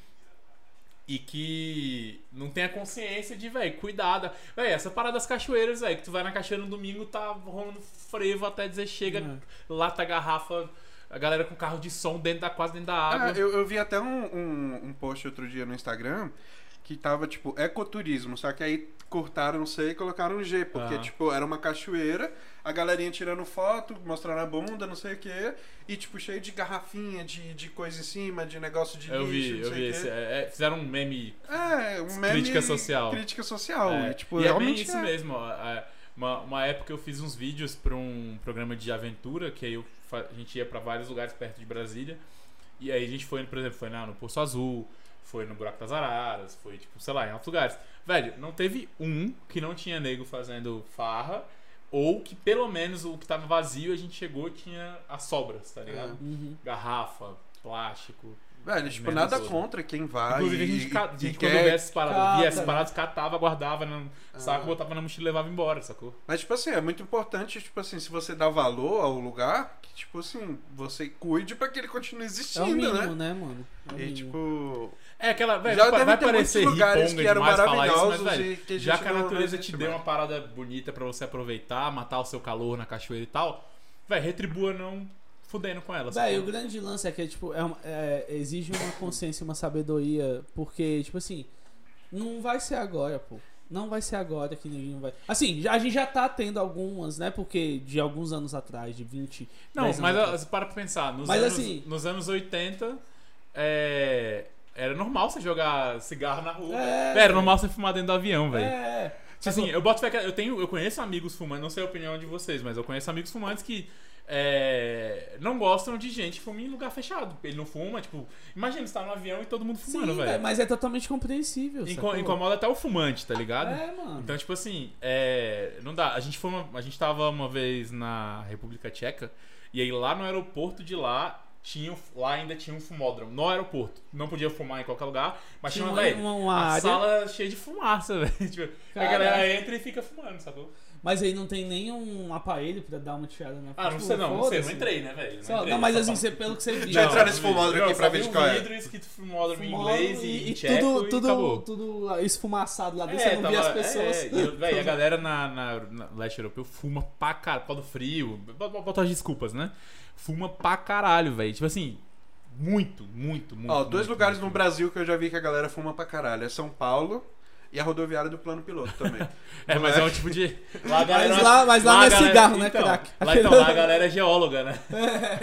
Speaker 2: E que não tem a consciência de, velho, cuidada. Véi, essa parada das cachoeiras, velho, que tu vai na cachoeira no domingo, tá rolando frevo até dizer chega,
Speaker 3: É.
Speaker 2: lata, garrafa, a galera com carro de som dentro da, quase dentro da
Speaker 1: Ah,
Speaker 2: água.
Speaker 1: eu, eu vi até um, um, um post outro dia no Instagram que tava tipo ecoturismo, só que aí cortaram C e colocaram um G, porque
Speaker 2: Ah.
Speaker 1: tipo era uma cachoeira, a galerinha tirando foto, mostrando a bunda, não sei o que, e tipo cheio de garrafinha, de, de coisa em cima, de negócio de
Speaker 2: Eu
Speaker 1: lixo,
Speaker 2: vi,
Speaker 1: não
Speaker 2: eu
Speaker 1: sei
Speaker 2: vi.
Speaker 1: o quê.
Speaker 2: Esse, é, é, fizeram um meme
Speaker 1: É, um meme,
Speaker 2: Crítica social.
Speaker 1: Crítica social,
Speaker 2: É,
Speaker 1: e tipo
Speaker 2: e é bem
Speaker 1: realmente
Speaker 2: isso mesmo. ó. É, Uma, uma época eu fiz uns vídeos para um programa de aventura, que aí eu fa- a gente ia para vários lugares perto de Brasília. E aí a gente foi, por exemplo, foi na, no Poço Azul, foi no Buraco das Araras, foi, tipo, sei lá, em outros lugares. Velho, não teve um que não tinha nego fazendo farra, ou que pelo menos o que tava vazio a gente chegou tinha as sobras, tá ligado?
Speaker 3: Uhum.
Speaker 2: Garrafa, plástico.
Speaker 1: Velho, tipo,
Speaker 2: Menos
Speaker 1: nada
Speaker 2: hoje.
Speaker 1: contra quem vai.
Speaker 2: É Inclusive, a gente,
Speaker 1: e-
Speaker 2: ca- a
Speaker 1: e
Speaker 2: gente quando
Speaker 1: quer-
Speaker 2: via essas paradas,
Speaker 3: Cata,
Speaker 2: via essas
Speaker 3: né?
Speaker 2: paradas, catava, guardava no saco,
Speaker 1: Ah.
Speaker 2: botava na mochila e levava embora, sacou?
Speaker 1: Mas, tipo assim, é muito importante, tipo assim, se você dá valor ao lugar, que, tipo assim, você cuide pra que ele continue
Speaker 3: É o
Speaker 1: existindo,
Speaker 3: mínimo,
Speaker 1: né?
Speaker 3: né, mano? É o
Speaker 1: E,
Speaker 3: mínimo.
Speaker 1: tipo.
Speaker 2: É aquela. Velho,
Speaker 1: já
Speaker 2: vai,
Speaker 1: deve
Speaker 2: vai
Speaker 1: ter muitos
Speaker 2: parecer
Speaker 1: lugares
Speaker 2: riponga
Speaker 1: que eram
Speaker 2: demais falar isso, mas,
Speaker 1: maravilhosos
Speaker 2: velho,
Speaker 1: e que a gente
Speaker 2: já que a
Speaker 1: não
Speaker 2: natureza
Speaker 1: resiste
Speaker 2: te deu
Speaker 1: mais.
Speaker 2: uma parada bonita pra você aproveitar, matar o seu calor na cachoeira e tal, velho, retribua não fudendo com ela.
Speaker 3: Véi,
Speaker 2: sacou?
Speaker 3: o grande lance é que, tipo, é uma- é, exige uma consciência, uma sabedoria, porque, tipo assim, não vai ser agora, pô. Não vai ser agora que ninguém vai. Assim, já- a gente já tá tendo algumas, né? Porque de alguns anos atrás, de 20.
Speaker 2: Não,
Speaker 3: 10
Speaker 2: mas assim,
Speaker 3: anos
Speaker 2: ó,
Speaker 3: atrás.
Speaker 2: você para pra pensar, nos,
Speaker 3: Mas,
Speaker 2: anos,
Speaker 3: assim-
Speaker 2: nos anos 80 é, era normal você jogar cigarro na rua.
Speaker 3: É.
Speaker 2: Velho, era normal você fumar dentro do avião, velho.
Speaker 3: É,
Speaker 2: Tipo assim, eu boto fé que eu tenho, eu conheço amigos fumantes, não sei a opinião de vocês, mas eu conheço amigos fumantes que é, não gostam de gente que fuma em lugar fechado. Ele não fuma, tipo, imagina você tá no avião e todo mundo fumando,
Speaker 3: sim, véi,
Speaker 2: velho.
Speaker 3: mas é totalmente compreensível.
Speaker 2: Inco-
Speaker 3: sacou?
Speaker 2: incomoda até o fumante, tá ligado?
Speaker 3: É, mano.
Speaker 2: Então, tipo assim, é, não dá. A gente foi uma- a gente tava uma vez na República Tcheca e aí lá no aeroporto de lá tinha um- lá ainda tinha um fumódromo no aeroporto. Não podia fumar em qualquer lugar, mas tinha,
Speaker 3: Tinha um
Speaker 2: uma,
Speaker 3: uma,
Speaker 2: velho,
Speaker 3: uma, uma
Speaker 2: a
Speaker 3: área.
Speaker 2: sala é cheia de fumaça, velho. Tipo, a
Speaker 3: Caraca.
Speaker 2: galera entra e fica fumando, sacou?
Speaker 3: Mas aí não tem nenhum aparelho pra dar uma tirada na
Speaker 2: Ah, não
Speaker 3: Tipo,
Speaker 2: sei não, não sei, não
Speaker 3: foda-se.
Speaker 2: entrei, né, velho?
Speaker 3: Só-
Speaker 2: entrei,
Speaker 3: não, mas
Speaker 2: só
Speaker 3: assim,
Speaker 2: pa-
Speaker 3: você, pelo que você viu.
Speaker 1: Já
Speaker 2: Não,
Speaker 1: entrar
Speaker 2: não
Speaker 1: nesse
Speaker 2: vi.
Speaker 1: fumódromo
Speaker 2: Eu
Speaker 1: aqui
Speaker 2: só
Speaker 1: pra
Speaker 2: vi
Speaker 1: ver de
Speaker 2: um
Speaker 1: qual é.
Speaker 2: vidro escrito fumódromo em
Speaker 3: Fumódromo
Speaker 2: inglês
Speaker 3: e-
Speaker 2: e,
Speaker 3: e
Speaker 2: em tcheco
Speaker 3: tudo,
Speaker 2: e
Speaker 3: tudo,
Speaker 2: acabou.
Speaker 3: tudo esfumaçado lá dentro, você não via as
Speaker 2: tava-
Speaker 3: pessoas.
Speaker 2: é, é, e eu- véi, a galera na, na- na leste europeu fuma pra caralho, por causa do frio, bota bota as desculpas, né? Fuma pra caralho, velho. Tipo assim, muito, muito, muito.
Speaker 1: Ó, dois
Speaker 2: muito,
Speaker 1: lugares
Speaker 2: muito,
Speaker 1: no Brasil que eu já vi que a galera fuma pra caralho. É São Paulo e a rodoviária do plano piloto também.
Speaker 2: É, mas
Speaker 1: né?
Speaker 2: é um tipo de. Lá a
Speaker 3: Mas lá- mas lá
Speaker 2: a
Speaker 3: não é
Speaker 2: galera-
Speaker 3: cigarro, né,
Speaker 2: então,
Speaker 3: crack?
Speaker 2: Lá, então, lá a galera é geóloga, né? a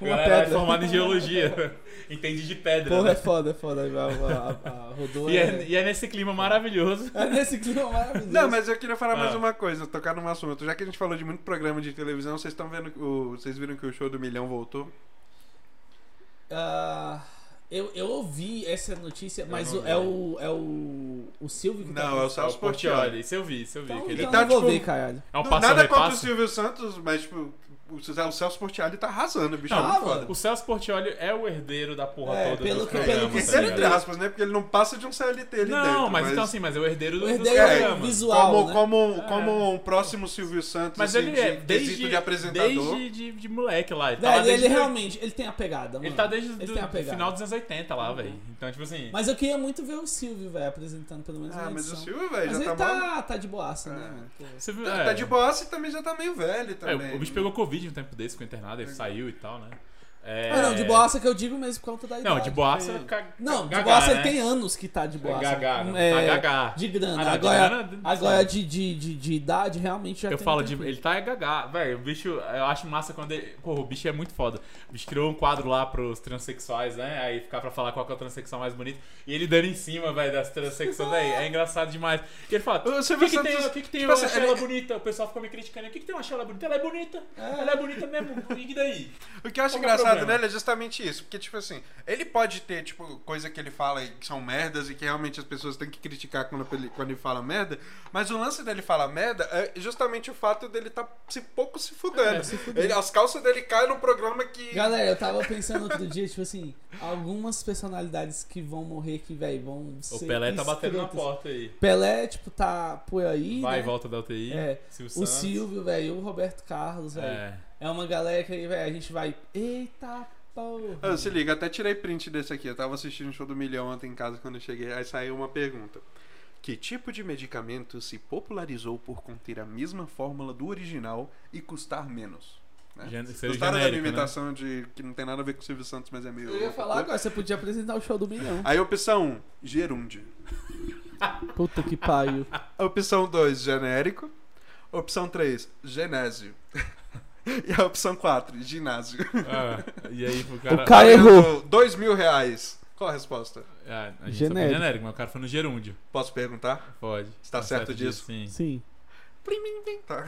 Speaker 3: Fuma
Speaker 2: galera é
Speaker 3: pedra.
Speaker 2: formada em geologia. Entende de pedra.
Speaker 3: Porra,
Speaker 2: né?
Speaker 3: é foda, é foda. A, a, a Rodô
Speaker 2: E é,
Speaker 3: é...
Speaker 2: e é nesse clima maravilhoso.
Speaker 3: é nesse clima maravilhoso.
Speaker 1: Não, mas eu queria falar
Speaker 2: Ah.
Speaker 1: mais uma coisa, tocar num assunto. Já que a gente falou de muito programa de televisão, vocês estão vendo. O, vocês viram que o show do milhão voltou?
Speaker 3: Ah, eu, eu ouvi essa notícia,
Speaker 2: Eu
Speaker 3: mas
Speaker 2: não
Speaker 3: o- é
Speaker 2: vi.
Speaker 3: o, é o, o Silvio que tá...
Speaker 1: Não, é o
Speaker 2: É o
Speaker 1: Celso
Speaker 2: Portioli,
Speaker 1: Portioli.
Speaker 2: isso eu vi, isso eu vi.
Speaker 3: Então,
Speaker 2: que ele-
Speaker 3: então
Speaker 1: tá,
Speaker 3: eu vou
Speaker 1: tipo,
Speaker 3: ver, caralho.
Speaker 2: É um
Speaker 1: Não,
Speaker 2: passo
Speaker 1: nada contra o
Speaker 2: repasso.
Speaker 1: Silvio Santos, mas, tipo, o o Celso Portiali tá arrasando, o bicho.
Speaker 2: Não,
Speaker 1: é muito
Speaker 3: Ah, mano.
Speaker 1: foda.
Speaker 2: O Celso Portioli é o herdeiro da porra
Speaker 3: É,
Speaker 2: toda.
Speaker 3: pelo
Speaker 2: dos
Speaker 3: que- pelo
Speaker 2: programas,
Speaker 3: que-
Speaker 2: tá
Speaker 1: Isso era
Speaker 2: ligado?
Speaker 1: entre aspas, né? Porque ele não passa de um CLT ali
Speaker 2: Não,
Speaker 1: dentro.
Speaker 2: mas, então assim, mas é o herdeiro do
Speaker 3: O
Speaker 2: dos
Speaker 3: herdeiro
Speaker 1: é,
Speaker 2: programas.
Speaker 3: visual,
Speaker 1: como,
Speaker 3: né?
Speaker 1: como,
Speaker 2: É.
Speaker 1: como um próximo Silvio Santos,
Speaker 2: Mas
Speaker 1: assim,
Speaker 2: ele
Speaker 1: de
Speaker 2: é
Speaker 1: quesito
Speaker 2: desde,
Speaker 1: de apresentador.
Speaker 2: desde de, de moleque lá. Ele tá, lá
Speaker 3: Velho,
Speaker 2: desde,
Speaker 3: É, ele realmente, ele tem a pegada, mano.
Speaker 2: ele tá desde
Speaker 3: Ele
Speaker 2: do-
Speaker 3: tem a
Speaker 2: do
Speaker 3: pegada. Uhum.
Speaker 2: final dos anos 80 lá, velho. Então, tipo assim...
Speaker 3: Mas eu queria muito ver o Silvio, velho, apresentando pelo menos
Speaker 1: Ah,
Speaker 3: uma
Speaker 1: mas o
Speaker 3: edição.
Speaker 1: Silvio, velho,
Speaker 3: Mas
Speaker 1: já
Speaker 3: ele
Speaker 1: tá, mal.
Speaker 3: tá, tá de boaça, né,
Speaker 1: É.
Speaker 3: mano? Pô.
Speaker 2: você viu,
Speaker 1: Tá,
Speaker 2: é,
Speaker 1: tá de boassa e também já tá meio velho
Speaker 2: é,
Speaker 1: também. né?
Speaker 2: o bicho pegou Covid um tempo desse, ficou internado, ele saiu e tal, né? É,
Speaker 3: Ah, não, de boaça que eu digo mesmo por conta da idade.
Speaker 2: Não, de boassa...
Speaker 1: é.
Speaker 3: porque-
Speaker 2: ca-
Speaker 3: Não, de
Speaker 2: gagá,
Speaker 3: boaça ele
Speaker 2: né?
Speaker 3: tem anos que tá de boaça.
Speaker 2: Gagá, não,
Speaker 3: É,
Speaker 2: tá gagá.
Speaker 3: De grana.
Speaker 2: Ah, não, de
Speaker 3: agora,
Speaker 2: grana,
Speaker 3: agora de, de, de, de idade, realmente já
Speaker 2: Eu
Speaker 3: tem
Speaker 2: falo
Speaker 3: um
Speaker 2: de.
Speaker 3: tempinho.
Speaker 2: Ele tá gagá. Velho, o bicho. Eu acho massa quando ele. Porra, o bicho é muito foda. O bicho criou um quadro lá pros transexuais, né? Aí ficar pra falar qual que é o transexual mais bonito. E ele dando em cima, velho, das transexuais. velho, é engraçado demais. E ele fala:
Speaker 1: O
Speaker 2: O
Speaker 1: Silvio
Speaker 2: que, que tem,
Speaker 1: Santos-
Speaker 2: o que, que tem
Speaker 1: tipo
Speaker 2: eu
Speaker 1: assim,
Speaker 2: achei ela
Speaker 1: ele-
Speaker 2: bonita? O pessoal ficou me criticando. O que, que tem eu achei ela bonita? Ela é bonita. Ela é bonita mesmo. E daí?
Speaker 1: O que eu acho
Speaker 2: Qual que é o
Speaker 1: engraçado
Speaker 2: problema?
Speaker 1: nele é justamente isso. Porque, tipo assim, ele pode ter, tipo, coisa que ele fala e que são merdas e que realmente as pessoas têm que criticar quando ele, quando ele fala merda. Mas o lance dele falar merda é justamente o fato dele tá se pouco se fudendo.
Speaker 3: É, se fudendo.
Speaker 1: ele, as calças dele caem num programa que.
Speaker 3: Galera, eu tava pensando outro dia, tipo assim, algumas personalidades que vão morrer que, velho, vão
Speaker 2: O
Speaker 3: ser.
Speaker 2: Pelé tá batendo na
Speaker 3: escrotas.
Speaker 2: porta aí.
Speaker 3: Pelé, tipo, tá por aí.
Speaker 2: Vai e
Speaker 3: né?
Speaker 2: volta da UTI.
Speaker 3: É,
Speaker 2: Silvio
Speaker 3: O
Speaker 2: Santos.
Speaker 3: Silvio, velho, o Roberto Carlos, velho.
Speaker 2: É.
Speaker 3: É uma galera que aí, velho, a gente vai. Eita porra!
Speaker 1: Ah, se liga, até tirei print desse aqui. Eu tava assistindo o show do Milhão ontem em casa quando eu cheguei. Aí saiu uma pergunta: Que tipo de medicamento se popularizou por conter a mesma fórmula do original e custar menos? Né?
Speaker 3: É.
Speaker 2: Gen- seria
Speaker 1: Gostaram da minha
Speaker 2: genérico, né?
Speaker 1: imitação de que não tem nada a ver com o Silvio Santos, mas é meio.
Speaker 3: Eu ia falar agora, você podia apresentar o show do milhão.
Speaker 1: Aí opção 1, gerúndio.
Speaker 3: Puta que pariu.
Speaker 1: Opção 2, genérico. Opção 3, genésio. E a opção 4, ginásio.
Speaker 2: Ah, e aí pro cara.
Speaker 3: O cara errou.
Speaker 1: 2 mil reais. Qual a resposta?
Speaker 2: Ah, a gente genérico.
Speaker 3: Genérico.
Speaker 2: genérico, mas o cara foi no gerúndio.
Speaker 1: Posso perguntar?
Speaker 2: Pode. Tá
Speaker 1: Está tá certo disso?
Speaker 2: Sim.
Speaker 3: Sim.
Speaker 1: Tá.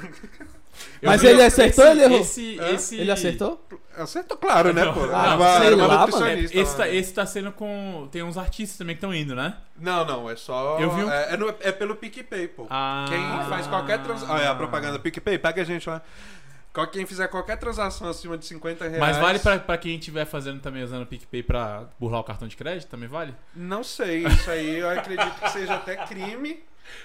Speaker 2: Eu
Speaker 3: Mas
Speaker 2: vi-
Speaker 3: ele acertou ou ele errou?
Speaker 2: Esse,
Speaker 1: Hã?
Speaker 2: esse-
Speaker 3: Ele acertou?
Speaker 1: Acertou, claro, né, pô?
Speaker 2: Não, Ah,
Speaker 1: Era
Speaker 2: não,
Speaker 1: uma,
Speaker 3: sei
Speaker 1: era uma
Speaker 3: lá, mano.
Speaker 2: É,
Speaker 1: nutricionista.
Speaker 2: esse,
Speaker 1: lá,
Speaker 2: tá,
Speaker 1: né?
Speaker 2: esse tá sendo com. Tem uns artistas também que estão indo, né?
Speaker 1: Não, não, é só.
Speaker 2: Eu vi um-
Speaker 1: é, é no- é pelo PicPay, pô.
Speaker 2: Ah.
Speaker 1: Quem faz qualquer transação. Ah, é a propaganda PicPay, pega a gente lá. Qual- Quem fizer qualquer transação acima de 50 reais.
Speaker 2: Mas vale pra, pra quem estiver fazendo também, usando o PicPay pra burlar o cartão de crédito? Também vale?
Speaker 1: Não sei, isso aí eu acredito que seja até crime.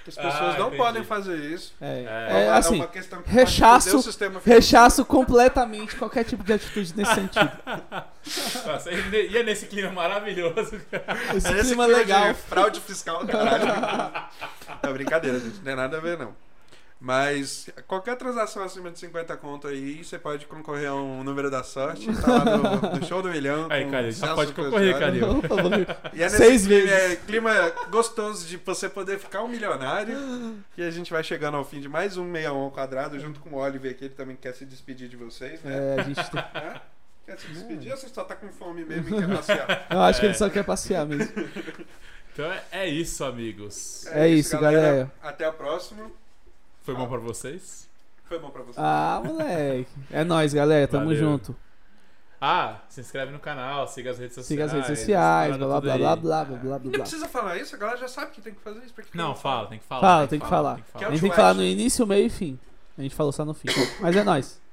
Speaker 1: que As pessoas
Speaker 2: Ah,
Speaker 1: não
Speaker 2: entendi.
Speaker 1: podem fazer isso.
Speaker 3: É,
Speaker 2: É.
Speaker 3: é,
Speaker 1: uma-
Speaker 3: assim,
Speaker 1: uma questão que pode
Speaker 3: rechaço- é
Speaker 1: foder o sistema financeiro.
Speaker 3: rechaço completamente qualquer tipo de atitude nesse sentido.
Speaker 2: Nossa, e é nesse clima maravilhoso.
Speaker 3: Esse
Speaker 1: Esse
Speaker 3: clima
Speaker 1: clima
Speaker 3: legal.
Speaker 1: de Fraude fiscal, caralho. é brincadeira, gente. Não tem nada a ver, não. Mas qualquer transação acima de 50 conto aí, você pode concorrer a um número da sorte. Tá lá no, no show do milhão.
Speaker 2: Aí,
Speaker 1: com
Speaker 2: Calil, já
Speaker 1: Celso
Speaker 2: pode concorrer,
Speaker 1: Cruzado.
Speaker 2: Calil.
Speaker 3: Opa, vou-
Speaker 1: E é nesse
Speaker 3: Seis
Speaker 1: clima,
Speaker 3: vezes.
Speaker 1: é, clima gostoso de você poder ficar um milionário. E a gente vai chegando ao fim de mais um 61 ao quadrado, junto com o Oliver, que ele também quer se despedir de vocês, né?
Speaker 3: É, a gente tem-
Speaker 1: Hã? Quer se despedir ou você só tá com fome mesmo e quer passear?
Speaker 3: Eu acho que ele só quer passear mesmo.
Speaker 2: Então é, é isso, amigos.
Speaker 3: É isso, galera.
Speaker 1: Até a próxima.
Speaker 2: Foi bom pra vocês?
Speaker 1: Foi bom pra vocês.
Speaker 3: Ah, moleque. É nóis, galera. Tamo
Speaker 2: Valeu.
Speaker 3: junto.
Speaker 2: Ah, se inscreve no canal, siga as redes sociais.
Speaker 3: Siga as redes
Speaker 2: essa
Speaker 3: sociais, blá blá
Speaker 2: parada
Speaker 3: blá
Speaker 2: tudo
Speaker 3: blá
Speaker 2: aí.
Speaker 3: blá blá blá
Speaker 1: Não
Speaker 3: blá.
Speaker 1: precisa falar isso, a galera já sabe que tem que fazer isso. pra que que
Speaker 2: Não,
Speaker 1: eu-
Speaker 2: fala, tem que falar.
Speaker 3: Fala, tem que falar. Então,
Speaker 1: Que é o
Speaker 3: A gente
Speaker 1: que
Speaker 3: tem
Speaker 1: eu
Speaker 3: que falar
Speaker 1: acho.
Speaker 3: no início, meio e fim. A gente falou só no fim. Mas é nóis.